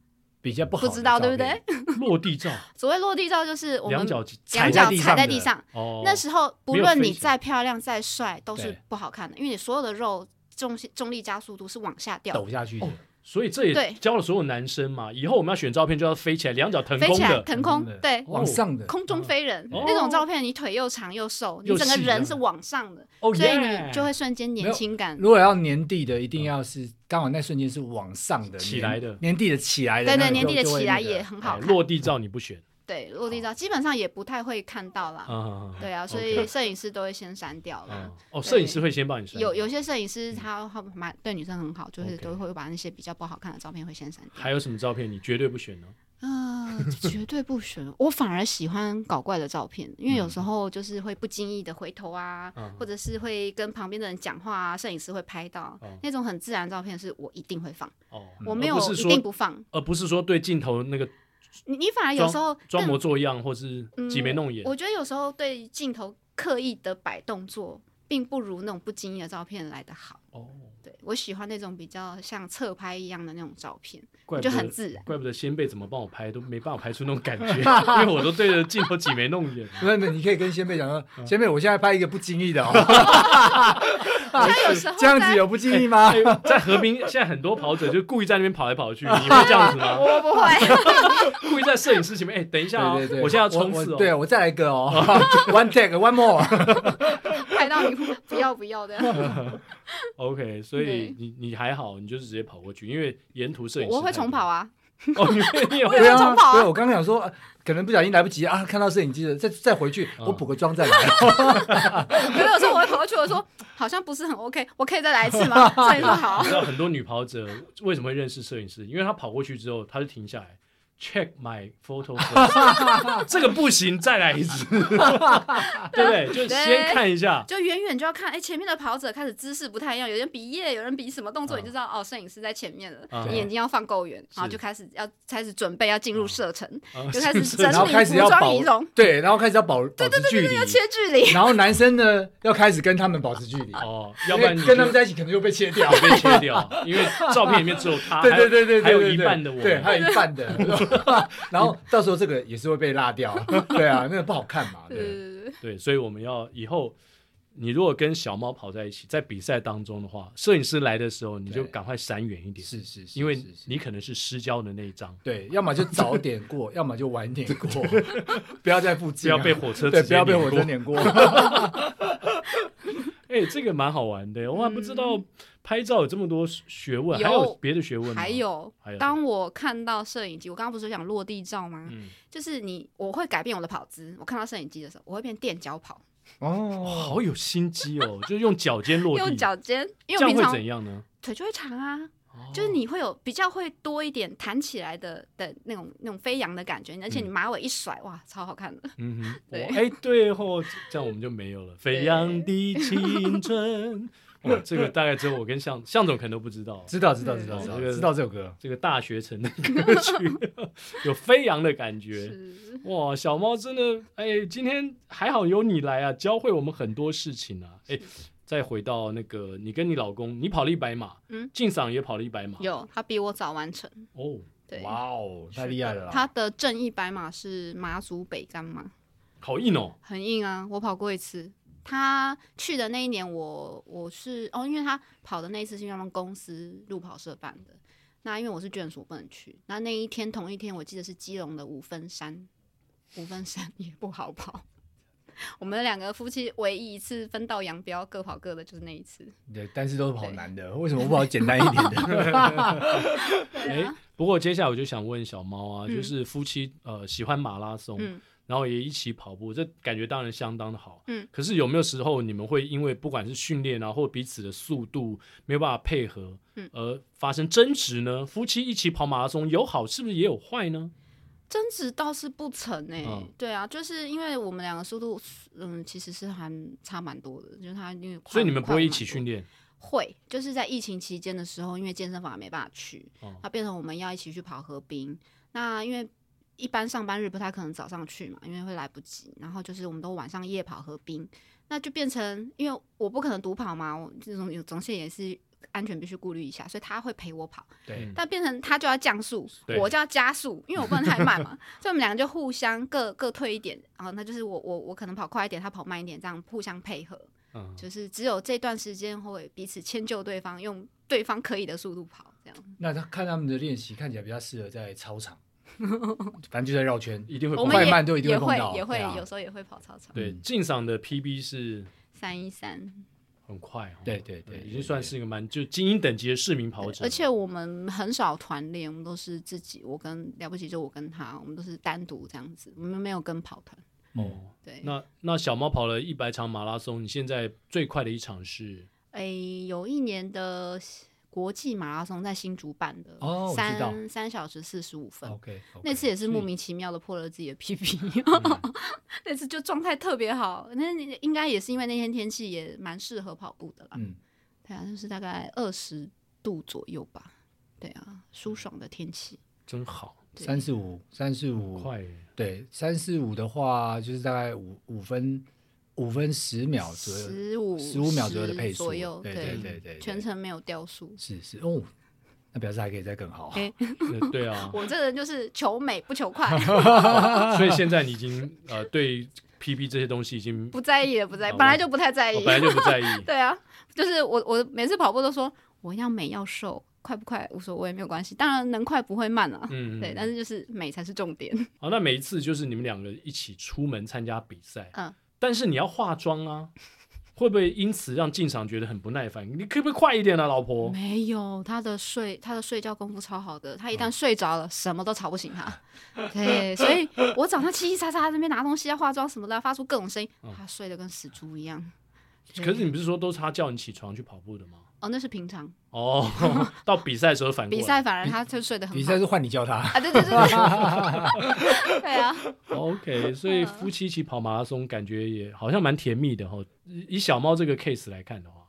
Speaker 2: 比较不好
Speaker 3: 不
Speaker 2: 的
Speaker 3: 知道
Speaker 2: 照
Speaker 3: 对不
Speaker 2: 片
Speaker 3: 对？？
Speaker 1: 落地照，
Speaker 3: (laughs) 所谓落地照就是我们
Speaker 1: 两脚踩
Speaker 3: 两脚
Speaker 1: 在
Speaker 2: 地
Speaker 3: 踩在
Speaker 2: 上
Speaker 3: 地
Speaker 2: 的
Speaker 3: 上，
Speaker 1: 哦，
Speaker 3: 那时候不
Speaker 1: 没有
Speaker 3: 论
Speaker 1: 飞
Speaker 3: 你
Speaker 1: 行
Speaker 3: 再漂亮再帅都是
Speaker 2: 对
Speaker 3: 不好看的，因为你所有的肉重心重力加速度是往下掉的，
Speaker 2: 抖下去
Speaker 1: 哦
Speaker 2: 的，
Speaker 1: 所以这也
Speaker 3: 对
Speaker 1: 教了所有男生嘛，以后我们要选照片就要飞起来，两脚腾
Speaker 3: 飞
Speaker 1: 空
Speaker 3: 起来
Speaker 1: 的。嗯
Speaker 3: 腾
Speaker 2: 空
Speaker 3: 空
Speaker 2: 的，
Speaker 3: 对，
Speaker 2: 往上的，
Speaker 3: 空中飞人
Speaker 1: 哦
Speaker 3: 那种照片，你腿又长又瘦，
Speaker 1: 又
Speaker 3: 你整个
Speaker 1: 细
Speaker 3: 人
Speaker 1: 的
Speaker 3: 是往上的，
Speaker 1: 哦
Speaker 3: 所以
Speaker 1: 耶
Speaker 3: 你就会瞬间
Speaker 2: 没
Speaker 3: 年
Speaker 2: 有
Speaker 3: 轻感。
Speaker 2: 如果要粘地的，一定要是刚好那瞬间是往上的
Speaker 1: 哦起
Speaker 2: 粘
Speaker 1: 来的
Speaker 2: 粘地的起来的
Speaker 3: 对
Speaker 2: 那种就，
Speaker 3: 对，年底的
Speaker 2: 就会
Speaker 3: 起来
Speaker 2: 那个
Speaker 3: 也很
Speaker 1: 哦
Speaker 3: 好看。
Speaker 1: 落哦地照你不选
Speaker 3: 对落地照基本上也不太会看到啦。
Speaker 1: 啊？
Speaker 3: 对啊，所
Speaker 1: OK
Speaker 3: 以摄影师都会先删掉了。
Speaker 1: 啊哦，摄影师会先帮你删。嗯
Speaker 3: 有有些摄影师他他蛮对女生很好，就是
Speaker 1: OK
Speaker 3: 都会把那些比较不好看的照片会先删掉。
Speaker 1: 还有什么照片你绝对不选呢？
Speaker 3: 啊，绝对不选。我反而喜欢搞怪的照片，因为有时候就是会不经意的回头啊，
Speaker 1: 嗯
Speaker 3: 或者是会跟旁边的人讲话啊，摄影师会拍到、
Speaker 1: 哦
Speaker 3: 那种很自然的照片，是我一定会放，
Speaker 1: 哦，
Speaker 3: 我没有
Speaker 1: 而不
Speaker 3: 一
Speaker 1: 是
Speaker 3: 定
Speaker 1: 说，
Speaker 3: 不放。
Speaker 1: 而不是说对镜头那个
Speaker 3: 你你反而有时候
Speaker 1: 装
Speaker 3: 更
Speaker 1: 模作样，或是挤眉弄眼
Speaker 3: 嗯我觉得有时候对镜头刻意的摆动作，并不如那种不经意的照片来的好。
Speaker 1: 哦，
Speaker 3: 对我喜欢那种比较像侧拍一样的那种照片，
Speaker 1: 怪不
Speaker 3: 就很
Speaker 1: 得。
Speaker 3: 自然。
Speaker 1: 怪不得先辈怎么帮我拍都没办法拍出那种感觉，
Speaker 3: (laughs)
Speaker 1: 因为我都对着镜头挤眉弄眼。
Speaker 2: (laughs) 不是，你可以跟先辈讲
Speaker 1: 嗯
Speaker 2: 说，先辈，我现在拍一个不经意的哦，
Speaker 1: 啊
Speaker 3: 像有时候
Speaker 2: (laughs) 这样子
Speaker 3: 在
Speaker 2: 有不经意吗？
Speaker 3: 哎
Speaker 1: 在河滨，现在很多跑者就故意在那边跑来跑去，你会这样子吗？
Speaker 3: 我不会。 (laughs)
Speaker 1: 故意在摄影师前面，哎、等一下啊、
Speaker 2: 对对对，
Speaker 1: 我现在要冲刺
Speaker 2: 我
Speaker 1: 哦。
Speaker 2: 对，我再来一个
Speaker 1: (laughs)
Speaker 2: 哦，one take one more，
Speaker 3: 拍到你 (laughs) 不要不要的。
Speaker 1: OK，所以
Speaker 3: 对
Speaker 1: 你你还好，你就是直接跑过去，因为沿途 (laughs) 摄影师
Speaker 3: 我会重跑
Speaker 1: 啊。
Speaker 3: 啊，
Speaker 1: (laughs) 哦，你会你也会
Speaker 2: 对
Speaker 3: 我要
Speaker 2: 啊，
Speaker 3: 重跑啊
Speaker 2: 对，我刚刚想说，呃可能不小心来不及啊，看到摄影机了，再再回去，
Speaker 1: 嗯
Speaker 2: 我补个
Speaker 1: (laughs)
Speaker 2: 妆再来，
Speaker 3: 可是有时候我会跑过去，我说好像不是很 OK，我可以再来一次
Speaker 1: (laughs)
Speaker 3: 吗？所以说好
Speaker 1: 你，知道很多女跑者为什么会认识摄影师？因为她跑过去之后，她就停下来 check my photo
Speaker 3: (laughs)
Speaker 1: first，这个不行，再来一次，对不对？就先看一下。
Speaker 3: 就远远就要看，哎、前面的跑者开始姿势不太一样，有人比耶，有人比什么动作，
Speaker 1: 啊
Speaker 3: 你就知道哦，摄影师在前面了，
Speaker 1: 啊
Speaker 3: 你眼睛要放够远，然后
Speaker 1: 是
Speaker 3: 就开始要开始准备要进入射程，
Speaker 1: 啊
Speaker 3: 就开始整
Speaker 2: 然后开
Speaker 3: 理
Speaker 2: 始
Speaker 3: 服
Speaker 2: 要
Speaker 3: 装
Speaker 2: 保
Speaker 3: 仪容，
Speaker 2: 对，然后开始要保保持距离，
Speaker 3: 切距离。
Speaker 2: 然后男生呢要开始跟他们保持距离，
Speaker 1: 哦，要不然
Speaker 2: 因
Speaker 1: 你就
Speaker 2: 为跟他们在一起可能就被切掉。
Speaker 1: 被切掉，
Speaker 2: (laughs)
Speaker 1: 因为照片里面只有她，
Speaker 2: 对对对
Speaker 1: (laughs)
Speaker 2: 对，对
Speaker 1: 还有还有
Speaker 2: 对
Speaker 1: 一
Speaker 2: 对
Speaker 1: 半的我
Speaker 2: 对，还有一半的，
Speaker 1: (laughs)
Speaker 2: (laughs) 然后到时候这个也是会被落掉，对啊，那个不好看嘛，
Speaker 3: 对
Speaker 2: 对，
Speaker 3: 对对对
Speaker 1: 对，所以我们要以后，你如果跟小猫跑在一起，在比赛当中的话，摄影师来的时候，你就
Speaker 2: 对
Speaker 1: 赶快闪远一点，
Speaker 2: 是是是，
Speaker 1: 因为
Speaker 2: 是是
Speaker 1: 你可能是失焦的那一张，
Speaker 2: 对，要么就早点过，要么就晚点过， (laughs) 不要再附
Speaker 1: 不
Speaker 2: 近啊，
Speaker 1: 要被火车
Speaker 2: 对，
Speaker 1: 直
Speaker 2: 不
Speaker 1: 接
Speaker 2: 要被火
Speaker 1: 碾过
Speaker 2: 车。碾过。
Speaker 1: 哎、哎、这个蛮好玩的，我还不知道拍照有这么多学问，还
Speaker 3: 嗯有
Speaker 1: 有别的学问吗？
Speaker 3: 还，有
Speaker 1: 还有，
Speaker 3: 当我看到摄影机，我刚刚不是讲落地照吗？
Speaker 1: 嗯，
Speaker 3: 就是你，我会改变我的跑姿。我看到摄影机的时候，我会变垫脚跑，
Speaker 1: 哇
Speaker 4: 哦，
Speaker 1: 好有心机哦，就是用脚尖落地，
Speaker 3: (laughs) 用脚尖，因为
Speaker 1: 这样
Speaker 3: 我平
Speaker 1: 会
Speaker 3: 常
Speaker 1: 怎样呢？
Speaker 3: 腿就会长啊，
Speaker 2: 哦
Speaker 3: 就是你会有比较会多一点弹起来的的那种那种飞扬的感觉，而且
Speaker 2: 嗯
Speaker 3: 你马尾一甩，哇，超好看的。
Speaker 1: 嗯哼，我
Speaker 3: (laughs) 对
Speaker 1: 哎，对哦，这样我们就没
Speaker 3: (laughs)
Speaker 1: 有了。飞扬的青春，哇，这个大概只有我跟向向总可能都不知道。
Speaker 2: (laughs) 知道知道知道知道
Speaker 1: 这个
Speaker 2: 知道这首歌，
Speaker 1: 这个大学城的歌曲 (laughs) 有飞扬的感觉，
Speaker 3: 是，
Speaker 1: 哇！小猫真的，哎，今天还好有你来啊，教会我们很多事情啊。哎，再回到那个，你跟你老公，你跑了一百码，
Speaker 3: 嗯
Speaker 1: 进赏也跑了一百码，
Speaker 3: (laughs) 有他比我早完成，
Speaker 1: 哦，
Speaker 3: 对，
Speaker 2: 哇哦，太厉害了
Speaker 3: 他
Speaker 2: 啦！
Speaker 3: 的正一百码是马祖北干马，
Speaker 1: 好硬哦，
Speaker 3: 很硬啊，我跑过一次。他去的那一年我，我是哦，因为他跑的那一次是因为他们公司路跑社办的，那因为我是眷属不能去，那那一天同一天我记得是基隆的五分山，五分山 (laughs) 也不好跑。我们两个夫妻唯一一次分道扬镳，各跑各的，就是那一次。
Speaker 2: 对，但是都是跑难的，为什么不跑简单一点
Speaker 1: (laughs)
Speaker 2: 的？
Speaker 1: 哎，不过接下来我就想问小猫啊，
Speaker 3: 嗯
Speaker 1: 就是夫妻呃喜欢马拉松，
Speaker 3: 嗯，
Speaker 1: 然后也一起跑步，这感觉当然相当的好。
Speaker 3: 嗯，
Speaker 1: 可是有没有时候你们会因为不管是训练啊，或彼此的速度没有办法配合，
Speaker 3: 嗯
Speaker 1: 而发生争执呢？夫妻一起跑马拉松有好，是不是也有坏呢？
Speaker 3: 争执倒是不成哎、
Speaker 1: 嗯
Speaker 3: 对啊，就是因为我们两个速度，嗯，其实是还差蛮多的，就是他因为快
Speaker 1: 所以你们
Speaker 3: 我
Speaker 1: 不会一起
Speaker 3: 快我蛮多
Speaker 1: 训练？
Speaker 3: 会，就是在疫情期间的时候，因为健身房也没办法去，
Speaker 1: 哦
Speaker 3: 那变成我们要一起去跑河滨。那因为一般上班日不太可能早上去嘛，因为会来不及。然后就是我们都晚上夜跑河滨，那就变成因为我不可能独跑嘛，我这种有总线也是安全必须顾虑一下，所以他会陪我跑。
Speaker 2: 对
Speaker 1: 嗯，
Speaker 3: 但变成他就要降速
Speaker 1: 对，
Speaker 3: 我就要加速，因为我不能太慢嘛， (laughs) 所以我们两个就互相各各退一点，然后那就是我我我可能跑快一点，他跑慢一点，这样互相配合，
Speaker 1: 嗯，
Speaker 3: 就是只有这段时间会彼此迁就对方，用对方可以的速度跑，这样。
Speaker 2: 那他看他们的练习，看起来比较适合在操
Speaker 3: (laughs)
Speaker 2: 场，反正就在绕圈。
Speaker 1: 一定会
Speaker 3: 我
Speaker 1: 碰
Speaker 3: 们
Speaker 1: 到。
Speaker 2: 快
Speaker 3: 也
Speaker 2: 慢都一定
Speaker 3: 也
Speaker 2: 会碰
Speaker 3: 会
Speaker 2: 到
Speaker 3: 也会
Speaker 2: 对啊
Speaker 3: 有时候也会跑操场，
Speaker 1: 对，
Speaker 2: 嗯
Speaker 1: 进赏的 PB 是
Speaker 3: 三一三，
Speaker 1: 很快哦，
Speaker 2: 对对对
Speaker 1: 已经算是一个蛮就精英等级的市民跑者了，
Speaker 3: 而且我们很少团练，我们都是自己，我跟了不起就我跟他，我们都是单独这样子，我们没有跟跑团。
Speaker 1: 哦。
Speaker 3: 对，
Speaker 1: 那那小猫跑了一百场马拉松，你现在最快的一场是
Speaker 3: 诶，有一年的国际马拉松在新竹办的，
Speaker 2: 哦我知道哦
Speaker 3: 三三小时四十五分。
Speaker 2: OK，
Speaker 3: 那次也是
Speaker 1: 所以
Speaker 3: 莫名其妙的破了自己的
Speaker 2: (laughs)
Speaker 3: PB，、那
Speaker 2: 嗯
Speaker 3: (laughs) 次就状态特别好。那应该也是因为那天天气也蛮适合跑步的啦。
Speaker 2: 嗯，
Speaker 3: 对啊，就是大概二十度左右吧。对啊，
Speaker 2: 嗯
Speaker 3: 舒爽的天气。
Speaker 1: 真好，
Speaker 3: 对
Speaker 2: 三十五，三十五，
Speaker 1: 快耶，
Speaker 2: 对，三四五的话就是大概五五分五分十秒哦左右，
Speaker 3: 十五
Speaker 2: 十五秒左右的配速，
Speaker 3: 左右，
Speaker 2: 对对对对，
Speaker 3: 全程没有掉速。
Speaker 2: 是是哦，那表示还可以再更好。
Speaker 3: 哎
Speaker 1: 对对
Speaker 2: 哦
Speaker 1: 啊，
Speaker 3: 我这个人就是求美不
Speaker 2: (laughs)
Speaker 3: 求快，
Speaker 1: 所以现在你已经呃对 PB 这些东西已经
Speaker 3: 不在意了，不在意，
Speaker 1: 好
Speaker 3: 本来就不太在
Speaker 1: 我
Speaker 2: 哦
Speaker 3: 意。
Speaker 1: 本来就不在意，
Speaker 3: (laughs) 对啊，就是我我每次跑步都说我要美要瘦，快不快无所谓，没有关系。当然能快不会慢啊，
Speaker 1: 嗯，
Speaker 3: 对，但是就是美才是重点。
Speaker 1: 好，那每一次就是你们两个一起出门参加比赛，
Speaker 3: 嗯，
Speaker 1: 但是你要化妆啊，会不会因此让进场觉得很不耐烦？你可不可以快一点啊，老婆？
Speaker 3: 没有，他的睡他的睡觉功夫超好的，他一
Speaker 1: 哦
Speaker 3: 旦睡着了，什么都吵不醒
Speaker 1: (laughs)
Speaker 3: 他。对，所以我早上嘁嘁喳喳那边拿东西啊、化妆什么的，发出各种声音，他睡得跟死猪一样。对
Speaker 1: 哦可是你不是说都是他叫你起床去跑步的吗？
Speaker 3: 哦，那是平常 (laughs)
Speaker 1: 哦，到比赛的时候反过
Speaker 3: 比
Speaker 1: 来
Speaker 3: 赛，反而他就睡得很好。
Speaker 2: 比赛是换你叫他，
Speaker 3: 啊，对对对
Speaker 1: (laughs)
Speaker 3: 对，对啊， (laughs)
Speaker 1: OK，所以夫妻一起跑马拉松，感觉也好像蛮甜蜜的哈、哦。以小猫这个 case 来看的话，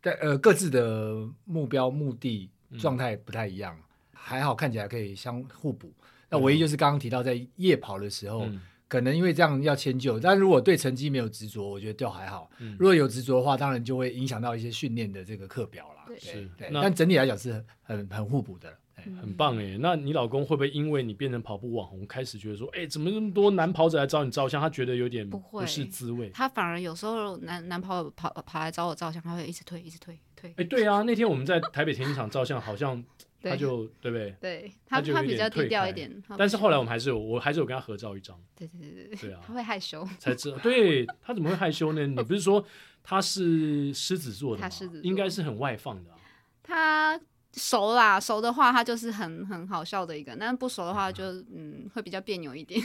Speaker 2: 但呃各自的目标、目的、
Speaker 1: 嗯
Speaker 2: 状态不太一样，还好看起来可以相互补。那唯一就是刚刚提到在夜跑的时候，
Speaker 1: 嗯
Speaker 2: 可能因为这样要迁就，但如果对成绩没有执着，我觉得就还好。
Speaker 1: 嗯
Speaker 2: 如果有执着的话，当然就会影响到一些训练的这个课表啦。
Speaker 3: 对
Speaker 1: 是
Speaker 2: 对，
Speaker 1: 那
Speaker 2: 但整体来讲是很很很互补的。哎
Speaker 3: 嗯
Speaker 1: 很棒哎。那你老公会不会因为你变成跑步网红，开始觉得说，哎，怎么那么多男跑者来找你照相？他觉得有点
Speaker 3: 不会
Speaker 1: 是滋味。
Speaker 3: 他反而有时候男男朋友
Speaker 1: 哎
Speaker 3: 跑跑来找我照相，他会一直推，一直推，推。
Speaker 1: 哎，对啊，那天我们在台北田径场照相，好像他就对不对？
Speaker 3: 对
Speaker 1: 他
Speaker 3: 他
Speaker 1: 就有
Speaker 3: 他
Speaker 1: 一
Speaker 3: 比
Speaker 1: 点
Speaker 3: 较低
Speaker 1: 退
Speaker 3: 调
Speaker 1: 开
Speaker 3: 一点，他
Speaker 1: 但
Speaker 3: 不
Speaker 1: 是后来我们还是有，我还是有跟他合照一张，
Speaker 3: 对对对对
Speaker 1: 对啊
Speaker 3: 他会害羞，
Speaker 1: 才知道，对他怎么会害羞呢？你不是说他是狮子座的吗？
Speaker 3: 他狮子座
Speaker 1: 应该是很外放的啊、
Speaker 3: 他熟啦，熟的话他就是很很好笑的一个，但不熟的话就嗯会比较别扭一
Speaker 2: (laughs)
Speaker 3: 点。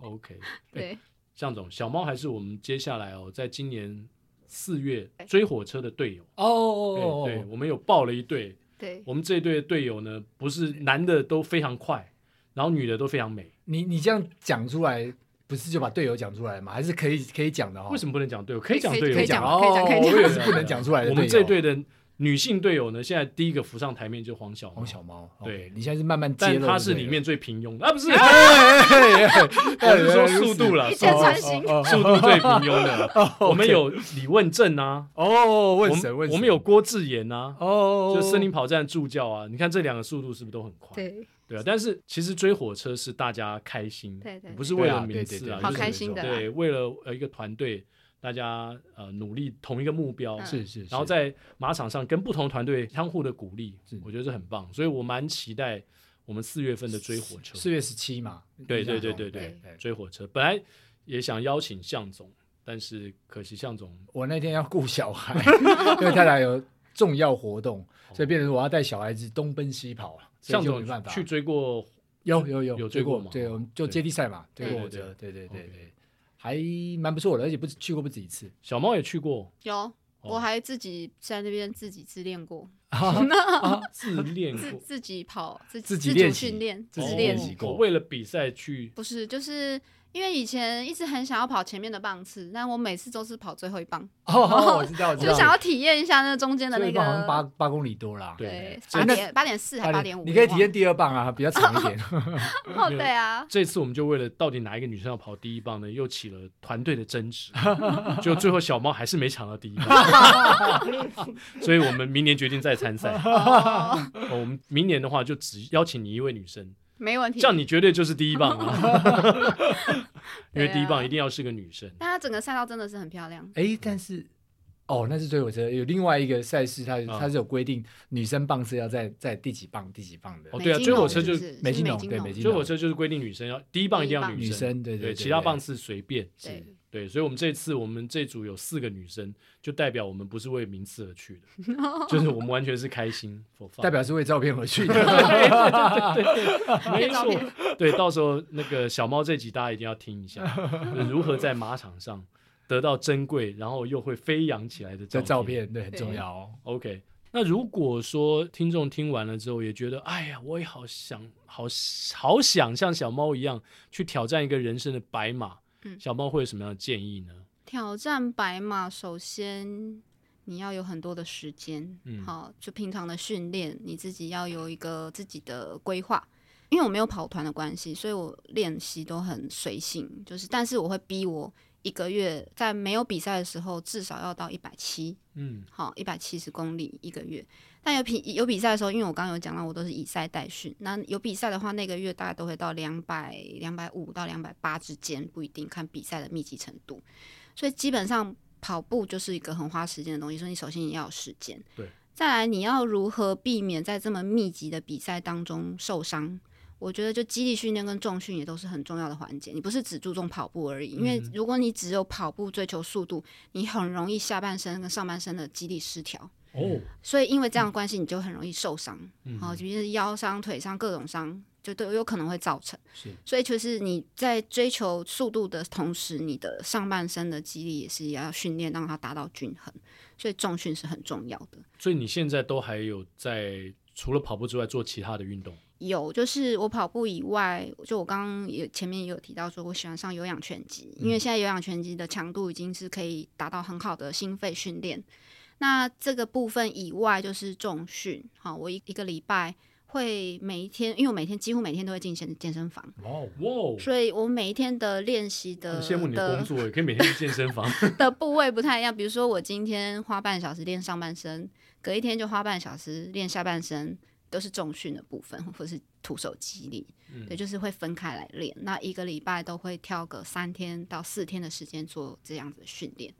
Speaker 1: OK，
Speaker 3: 对，
Speaker 1: 向总，小猫还是我们接下来哦，在今年四月追火车的队友。哎
Speaker 2: 哦哦哦，
Speaker 1: 对对，我们有报了一队，
Speaker 3: 对
Speaker 1: 我们这一队的队友呢，不是男的都非常快，然后女的都非常美。
Speaker 2: 你你这样讲出来，不是就把队友讲出来吗？还是可以可以讲的哈、哦？
Speaker 1: 为什么不能讲队友？可以讲
Speaker 3: 可以
Speaker 1: 队友，
Speaker 3: 可以讲可以讲可以
Speaker 2: 哦
Speaker 3: 讲
Speaker 2: 我以为是不能讲出来的队
Speaker 1: 我
Speaker 2: 友。
Speaker 1: 们这队的女性队友呢，现在第一个浮上台面就是黄小猫
Speaker 2: 黄，小猫，
Speaker 1: 哦对
Speaker 2: OK，你现在是慢慢揭
Speaker 1: 但
Speaker 2: 露，
Speaker 1: 她是
Speaker 2: 对
Speaker 1: 里
Speaker 2: 不对
Speaker 3: (laughs)
Speaker 1: 面最平庸的啊，不是，
Speaker 2: 哎哎哎哎
Speaker 1: 我是说速度了，
Speaker 3: 一
Speaker 1: 速
Speaker 3: 箭
Speaker 1: 度
Speaker 3: 穿心。
Speaker 2: 哦
Speaker 1: 速度最平庸的。 (laughs) 我们有李问政啊，
Speaker 2: 哦，
Speaker 1: 我
Speaker 2: 问
Speaker 1: 们
Speaker 2: 神问神，
Speaker 1: 我们有郭志妍啊，
Speaker 2: 哦，
Speaker 1: 就森林跑站助教啊，你看这两个速度是不是都很快？
Speaker 3: 对，
Speaker 1: 对啊，但是其实追火车是大家开心，
Speaker 3: 对对对
Speaker 1: 不是为了
Speaker 2: 对
Speaker 1: 名
Speaker 2: 啊
Speaker 1: 次
Speaker 2: 对对
Speaker 1: 啊，
Speaker 2: 对
Speaker 1: 就是
Speaker 3: 好开心的啦
Speaker 1: 对，为了呃一个团队，大家呃努力同一个目标，
Speaker 3: 嗯
Speaker 2: 是是，
Speaker 1: 然后
Speaker 2: 是
Speaker 1: 在马场上跟不同团队相互的鼓励
Speaker 2: 是，
Speaker 1: 我觉得这很棒，所以我蛮期待我们四月份的追火车，
Speaker 2: 四月十七嘛，
Speaker 1: 对
Speaker 2: 印象
Speaker 1: 对对
Speaker 2: 中
Speaker 1: 对
Speaker 3: 对
Speaker 1: 对，追火车本来也想邀请向总，但是可惜向总
Speaker 2: 我那天要顾小孩，因为太太有重要活动，所以变成我要带小孩子东奔西跑，啊所
Speaker 1: 哦向
Speaker 2: 以就
Speaker 1: 总
Speaker 2: 没办法。
Speaker 1: 去追过
Speaker 2: 有有有
Speaker 1: 有追
Speaker 2: 追
Speaker 1: 过吗
Speaker 2: 对，我们就接力赛嘛，
Speaker 3: 对
Speaker 2: 追过火
Speaker 1: 对
Speaker 2: 车，对对对
Speaker 1: OK
Speaker 2: 对，还蛮不错的，而且不止去过不止一
Speaker 3: (laughs)
Speaker 2: 次。
Speaker 1: 小猫也去过，
Speaker 3: 有。
Speaker 1: 哦
Speaker 3: 我还自己在那边自己自练过，
Speaker 1: 自恋
Speaker 3: 自
Speaker 1: 过，
Speaker 3: 自己跑，自
Speaker 2: 自己
Speaker 3: 自
Speaker 2: 练
Speaker 3: 主
Speaker 2: 习
Speaker 3: 训练，
Speaker 2: 自己
Speaker 1: 哦
Speaker 2: 练
Speaker 3: 练
Speaker 2: 习过
Speaker 1: 我为了比赛去
Speaker 3: 不是，就是因为以前一直很想要跑前面的棒次，但我每次都是跑最后一棒，
Speaker 2: 哦，我知道，我知
Speaker 3: 就
Speaker 2: 道，
Speaker 3: 想要体验一下那中间的
Speaker 2: 所以
Speaker 3: 那
Speaker 2: 一棒好像八
Speaker 3: 个，
Speaker 2: 八公里多啦，
Speaker 1: 对
Speaker 3: 对，
Speaker 1: 这
Speaker 3: 八
Speaker 2: 那
Speaker 3: 点八点四还八点五，
Speaker 2: 你可以体
Speaker 3: 忘
Speaker 2: 验第二棒啊，比较长一
Speaker 3: (laughs)
Speaker 2: 点。
Speaker 3: 了。哦，对
Speaker 2: (laughs)
Speaker 3: 啊，
Speaker 1: 这次我们就为了到底哪一个女生要跑第一棒呢，又起了团队的争执，就最后小猫还是没抢到第一棒，所以我们明年决定再参赛。
Speaker 3: 哦，
Speaker 1: 哦我们明年的话就只邀请你一位女生，
Speaker 3: 没问
Speaker 1: 这
Speaker 3: 题。
Speaker 1: 样你绝对就是第一棒了，因
Speaker 3: 对啊
Speaker 1: 为第一棒一定要是个女生。
Speaker 3: 但它整个赛道真的是很漂亮，
Speaker 2: 哎，但是哦，那是追火车有另外一个赛事，它
Speaker 1: 啊
Speaker 2: 它是有规定女生棒是要在在第几棒第几棒的
Speaker 1: 哦。对啊
Speaker 3: 美金
Speaker 1: 追火
Speaker 3: 龙
Speaker 1: 车就是
Speaker 3: 不是
Speaker 2: 美
Speaker 3: 是
Speaker 2: 金
Speaker 3: 美
Speaker 2: 龙
Speaker 3: 金
Speaker 2: 对
Speaker 3: 龙
Speaker 2: 美金
Speaker 1: 所以火车就是规定女生要第一棒一定要
Speaker 2: 女
Speaker 1: 生，
Speaker 2: 生对
Speaker 1: 对，
Speaker 2: 对，
Speaker 1: 其他棒次随便。
Speaker 3: 对
Speaker 2: 是
Speaker 1: 对，所以我们这次我们这组有四个女生，就代表我们不是为名次而去的，就是我们完全是开心 for fun
Speaker 2: 代表是为照片而去的。 (laughs)
Speaker 1: (laughs) 没
Speaker 3: 骗照片
Speaker 1: 错，对，到时候那个小猫这集大家一定要听一下，就是如何在马场上得到珍贵，然后又会飞扬起来的照
Speaker 2: 这照。片对很
Speaker 3: 对
Speaker 2: 重要哦。
Speaker 1: OK，那如果说听众听完了之后也觉得，哎呀，我也好想，好好想像小猫一样去挑战一个人生的白马，
Speaker 3: 嗯
Speaker 1: 小猫会有什么样的建议呢？
Speaker 3: 挑战白马，首先你要有很多的时间，
Speaker 1: 嗯
Speaker 3: 好，就平常的训练，你自己要有一个自己的规划。因为我没有跑团的关系，所以我练习都很随性，就是但是我会逼我一个月在没有比赛的时候至少要到一百七，
Speaker 1: 嗯，
Speaker 3: 好，一百七十公里一个月。但有比有比赛的时候，因为我刚刚有讲到，我都是以赛代训。那有比赛的话，那个月大概都会到两百、两百五到两百八之间，不一定看比赛的密集程度。所以基本上跑步就是一个很花时间的东西，所以你首先也要有时间。
Speaker 1: 对。
Speaker 3: 再来，你要如何避免在这么密集的比赛当中受伤？我觉得就肌力训练跟重训也都是很重要的环节。你不是只注重跑步而已，因为
Speaker 1: 嗯
Speaker 3: 如果你只有跑步追求速度，你很容易下半身跟上半身的肌力失调。
Speaker 1: 哦，
Speaker 3: 所以因为这样的关系，你就很容易受伤，
Speaker 1: 嗯
Speaker 3: 好、比如腰伤、腿伤、各种伤，就都有可能会造成。
Speaker 2: 是，
Speaker 3: 所以就是你在追求速度的同时，你的上半身的肌力也是要训练，让它达到均衡。所以重训是很重要的。
Speaker 1: 所以你现在都还有在除了跑步之外做其他的运动？
Speaker 3: 有，就是我跑步以外，就我刚刚也前面也有提到说，我喜欢上有氧拳击，
Speaker 1: 嗯
Speaker 3: 因为现在有氧拳击的强度已经是可以达到很好的心肺训练。那这个部分以外就是重训，好，我一一个礼拜会每一天，因为我每天几乎每天都会进健健身房，
Speaker 1: 哦，哇！
Speaker 3: 所以我每一天的练习的
Speaker 1: 很羡慕你的
Speaker 3: 的
Speaker 1: 工作，也可以每天去健身
Speaker 3: (laughs)
Speaker 1: 房。
Speaker 3: 的部位不太一样。比如说，我今天花半小时练上半身，隔一天就花半小时练下半身，都是重训的部分，或是徒手肌力。对，就是会分开来练。那一个礼拜都会挑个三天到四天的时间做这样子的训练。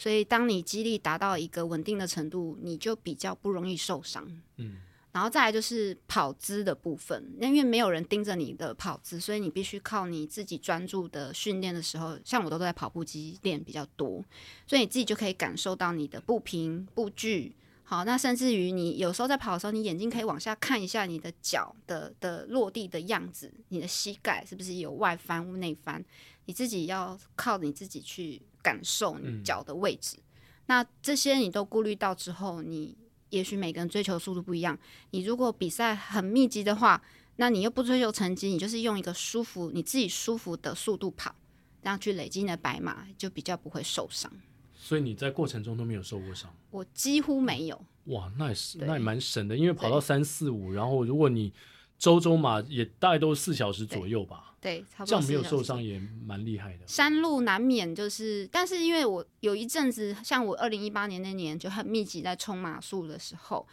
Speaker 3: 所以，当你肌力达到一个稳定的程度，你就比较不容易受伤。
Speaker 1: 嗯，
Speaker 3: 然后再来就是跑姿的部分，那因为没有人盯着你的跑姿，所以你必须靠你自己专注的训练的时候，像我都在跑步机练比较多，所以你自己就可以感受到你的步频、步距。好，那甚至于你有时候在跑的时候，你眼睛可以往下看一下你的脚的的落地的样子，你的膝盖是不是有外翻、内翻，你自己要靠你自己去感受你
Speaker 1: 嗯
Speaker 3: 脚的位置。那这些你都顾虑到之后，你也许每个人追求速度不一样。你如果比赛很密集的话，那你又不追求成绩，你就是用一个舒服、你自己舒服的速度跑，这样去累积你的白马，就比较不会受伤。
Speaker 1: 所以你在过程中都没有受过伤。
Speaker 3: 我几乎没有，
Speaker 1: 哇，那也是
Speaker 3: 对
Speaker 1: 那也蛮神的，因为跑
Speaker 3: 对
Speaker 1: 到三四五，然后如果你周周嘛，也大概都四小时左右吧，
Speaker 3: 对，差不
Speaker 1: 这
Speaker 3: 多
Speaker 1: 样没有
Speaker 3: 四小时
Speaker 1: 受伤也蛮厉害的。
Speaker 3: 山路难免就是，但是因为我有一阵子，像我二零一八年那年就很密集在冲马术的时候，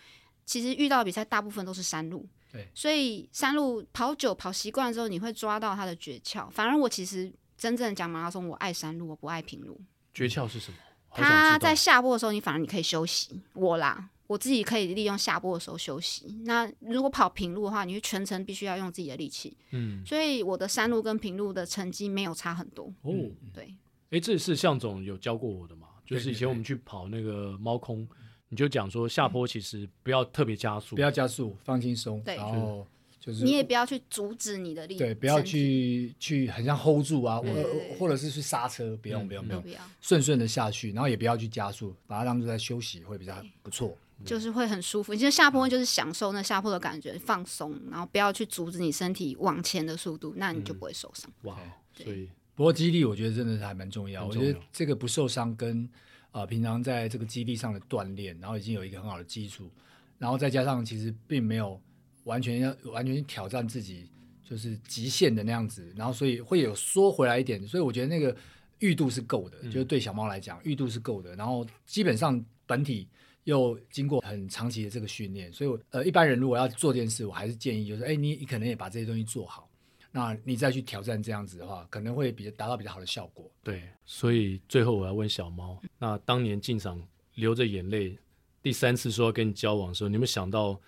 Speaker 3: 其实遇到比赛大部分都是山路，
Speaker 2: 对，
Speaker 3: 所以山路跑久跑习惯之后，你会抓到它的诀窍。反而我其实真正讲马拉松，我爱山路，我不爱平路。
Speaker 1: 诀窍是什么？好想知道
Speaker 3: 它在下坡的时候，你反而你可以休息。我啦，我自己可以利用下坡的时候休息。那如果跑平路的话，你就全程必须要用自己的力气，
Speaker 1: 嗯
Speaker 3: 所以我的山路跟平路的成绩没有差很多。
Speaker 1: 哦，
Speaker 3: 对，
Speaker 1: 哎，这是向总有教过我的嘛？就
Speaker 2: 对
Speaker 1: 是以
Speaker 2: 对
Speaker 1: 前我
Speaker 2: 对
Speaker 1: 们去跑那个猫空，你就讲说下坡其实不要特别加速，
Speaker 2: 不要加速，放轻松，
Speaker 3: 对
Speaker 2: 然后就是
Speaker 3: 你也不要去阻止你的力，
Speaker 2: 对，不要
Speaker 3: 身体
Speaker 2: 去去很像 hold 住啊，或
Speaker 3: 对对对
Speaker 2: 或者是去刹车，不用不
Speaker 1: 嗯
Speaker 2: 用不
Speaker 3: 都
Speaker 2: 用
Speaker 3: 不，要，
Speaker 2: 顺顺的下去，然后也不要去加速，把它当做在休息会比较不错。
Speaker 3: 就是会很舒服。其实下坡就是享受那下坡的感觉，放松，然后不要去阻止你身体往前的速度，那你就
Speaker 1: 嗯
Speaker 3: 不会受伤。
Speaker 1: 哇，所以
Speaker 2: 不过激励我觉得真的是还蛮重要，
Speaker 1: 很
Speaker 2: 我
Speaker 1: 重要
Speaker 2: 觉得这个不受伤跟呃平常在这个基地上的锻炼，然后已经有一个很好的基础，然后再加上其实并没有完全要完全挑战自己就是极限的那样子，然后所以会有缩回来一点，所以我觉得那
Speaker 1: 嗯
Speaker 2: 个裕度是够的，就是对小猫来讲裕度是够的，然后基本上本体。又经过很长期的这个训练，所以我呃，一般人如果要做这件事，我还是建议就是，哎、你你可能也把这些东西做好，那你再去挑战这样子的话，可能会比达到比较好的效果。 (laughs)
Speaker 1: 对，所以最后我要问小猫，
Speaker 3: 嗯
Speaker 1: 那当年进场流着眼泪，第三次说要跟你交往的时候，你有没有想到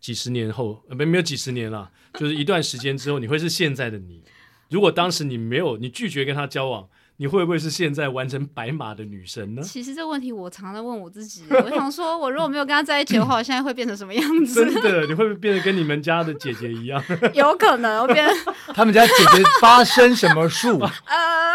Speaker 1: 几十年后？呃，没没有几十年
Speaker 3: (laughs)
Speaker 1: 啦，就是一段时间之后，你会是现在的你。如果当时你没有，你拒绝跟他交往，你会不会是现在完成白马的女神呢？
Speaker 3: 其实这个问题我常常在问我自己，我想说，我如果没有跟他在一起的话，我现在会变成什么样 (laughs)
Speaker 1: 真
Speaker 3: 子？
Speaker 1: 的，你会不会变得跟你们家的姐姐
Speaker 3: (laughs)
Speaker 1: 一样？
Speaker 3: 有可能我变
Speaker 2: 他们家姐姐发生什么 (laughs) 树？
Speaker 3: 呃，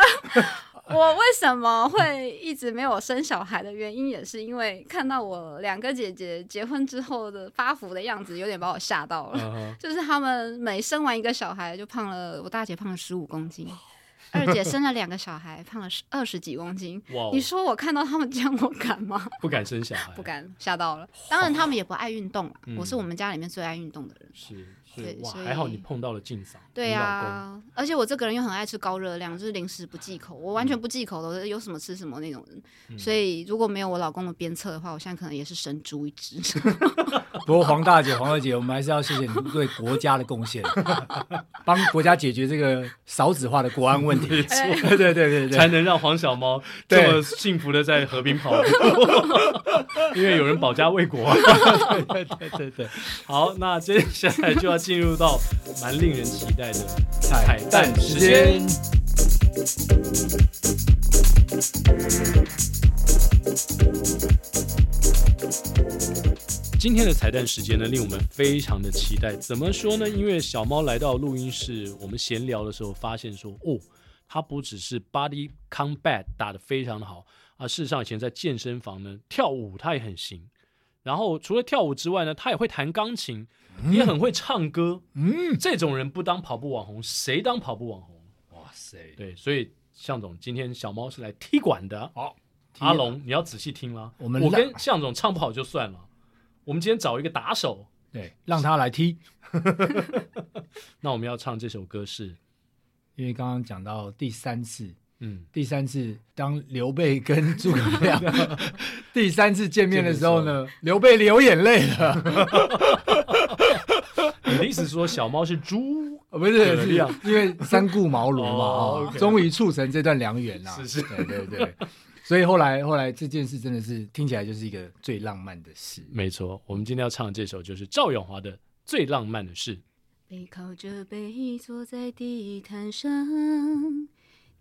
Speaker 3: 我为什么会一直没有生小孩的原因，也是因为看到我两个姐姐结婚之后的发福的样子，有点把我吓到了。
Speaker 1: 啊
Speaker 3: (laughs) 就是他们每生完一个小孩就胖了，我大姐胖了十五公斤，
Speaker 1: 哦
Speaker 3: 二姐生了两个小孩胖了二十几公斤。
Speaker 1: 哇哦
Speaker 3: 你，说我看到他们这样，我敢吗？
Speaker 1: 不敢生小孩，
Speaker 3: 不敢，吓到了。当然他们也不爱运动啦
Speaker 1: 嗯
Speaker 3: 我是我们家里面最爱运动的人。
Speaker 1: 是是
Speaker 3: 对
Speaker 1: 哇，
Speaker 3: 所以
Speaker 1: 还好你碰到了进嫂，
Speaker 3: 对
Speaker 1: 呀、
Speaker 3: 呀、啊，而且我这个人又很爱吃高热量，就是零食不忌口，我完全不忌口的，我有什么吃什么那种人。所以如果没有我老公的鞭策的话，我现在可能也是神猪一只。
Speaker 2: 不过黄大姐、黄二姐，我们还是要谢谢你对国家的贡献， (laughs) 帮国家解决这个少子化的国安问 (laughs) 题。对对对对
Speaker 1: 才
Speaker 2: 对，
Speaker 1: 能让黄小猫这
Speaker 2: 对
Speaker 1: 么幸福的在河滨
Speaker 2: (laughs)
Speaker 1: 跑步，因为有人保家卫国。
Speaker 2: 对对对对，
Speaker 1: 好，那接下来就要进入到蛮令人期待的彩
Speaker 2: 彩
Speaker 1: 蛋
Speaker 2: 蛋
Speaker 1: 时
Speaker 2: 时
Speaker 1: 间
Speaker 2: 间。
Speaker 1: 今天的彩蛋时间呢，令我们非常的期待。怎么说呢？因为小猫来到录音室，我们闲聊的时候发现说，哦，它不只是 body combat 打得非常的好啊，事实上以前在健身房呢跳舞它也很行。然后除了跳舞之外呢，他也会弹钢琴，也很会唱歌。 (laughs) 嗯，这种人不当跑步网红，谁当跑步网红？
Speaker 2: 哇塞，
Speaker 1: 对，所以向总今天小猫是来踢馆的。
Speaker 2: 好，
Speaker 1: 阿龙，你要仔细听啦。
Speaker 2: 我们
Speaker 1: 我
Speaker 2: 让
Speaker 1: 跟向总唱不好就算了，我们今天找一个打手。
Speaker 2: 对，让他来踢，
Speaker 1: 那我们要唱这首歌是，
Speaker 2: 因为刚刚讲到第三次。
Speaker 1: 嗯，
Speaker 2: 第三次，当刘备跟诸葛亮 (laughs) 第三次见面的时候呢，刘备流眼泪了，
Speaker 1: 你的意思是说小猫是猪？
Speaker 2: 不
Speaker 1: 葛
Speaker 2: 是是
Speaker 1: 亮
Speaker 2: 因为三顾茅庐嘛，
Speaker 1: 哦
Speaker 2: 哦
Speaker 1: OK
Speaker 2: 终于促成这段良缘啦。
Speaker 1: 是是
Speaker 2: 对对对，所以后来后来这件事真的是听起来就是一个最浪漫的事。
Speaker 1: 没错，我们今天要唱的这首就是赵咏华的《最浪漫的事》。
Speaker 3: 背靠着背坐在地毯上，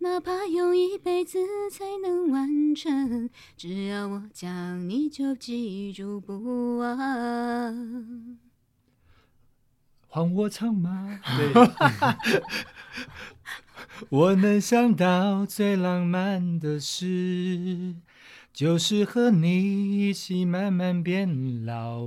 Speaker 3: 哪怕用一辈子才能完成，只要我讲，你就记住不忘。
Speaker 2: 换我唱 (laughs) 吗？ (laughs) 我能想到最浪漫的事，就是和你一起慢慢变老，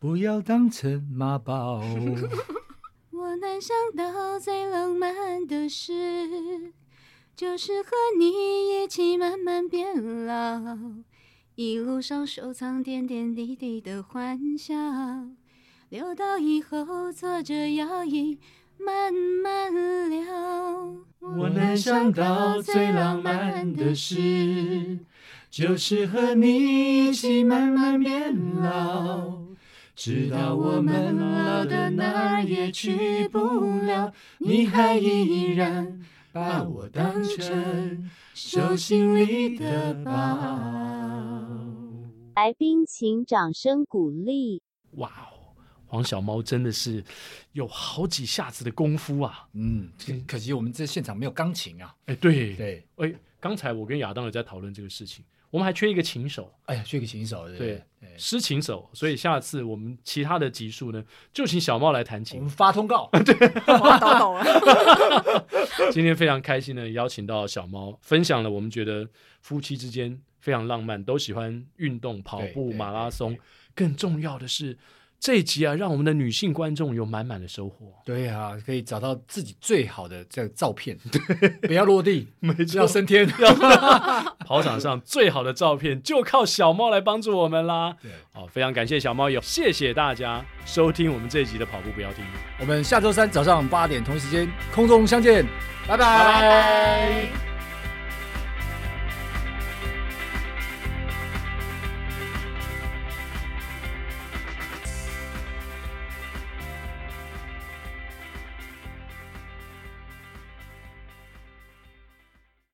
Speaker 2: 不要当成妈 (laughs) 宝。
Speaker 3: 我能想到最浪漫的事，就是和你一起慢慢变老，一路上收藏点点滴滴的欢笑，留到以后坐着摇椅慢慢聊。
Speaker 2: 我能想到最浪漫的事，就是和你一起慢慢变老，直到我们老的哪儿也去不了，你还依然把我当成手心里的宝。
Speaker 4: 来宾请掌声鼓励。
Speaker 1: 哇哦，黄小猫真的是有好几下子的功夫啊！
Speaker 2: 嗯，可可惜我们这现场没有钢琴啊。
Speaker 1: 哎，对，
Speaker 2: 对，
Speaker 1: 哎，刚才我跟亚当也在讨论这个事情，我们还缺一个琴手。
Speaker 2: 哎呀，缺个琴手，对不
Speaker 1: 对
Speaker 2: 对，
Speaker 1: 诗琴哎手，所以下次我们其他的集数呢，就请小猫来弹
Speaker 2: 我
Speaker 1: 琴
Speaker 2: 们。发通 (laughs) 告。
Speaker 3: 我搞懂了。
Speaker 1: 今天非常开心呢，邀请到小猫分享了我们觉得夫妻之间非常浪漫，都喜欢运动、跑
Speaker 2: 对
Speaker 1: 步、
Speaker 2: 对
Speaker 1: 马拉松
Speaker 2: 对。
Speaker 1: 更重要的是，这一集啊，让我们的女性观众有满满的收获。
Speaker 2: 对啊，可以找到自己最好的这个照 (laughs) 片，不要落地，
Speaker 1: 错 (laughs)
Speaker 2: (laughs) 要升天。
Speaker 1: 跑场上最好的照片就靠小猫来帮助我们啦！
Speaker 2: (laughs) 对，
Speaker 1: 好，非常感谢小猫，也谢谢大家收听我们这一集的跑步不要停。
Speaker 2: 我们下周三早上八点同一时间空中相见，拜拜
Speaker 1: 拜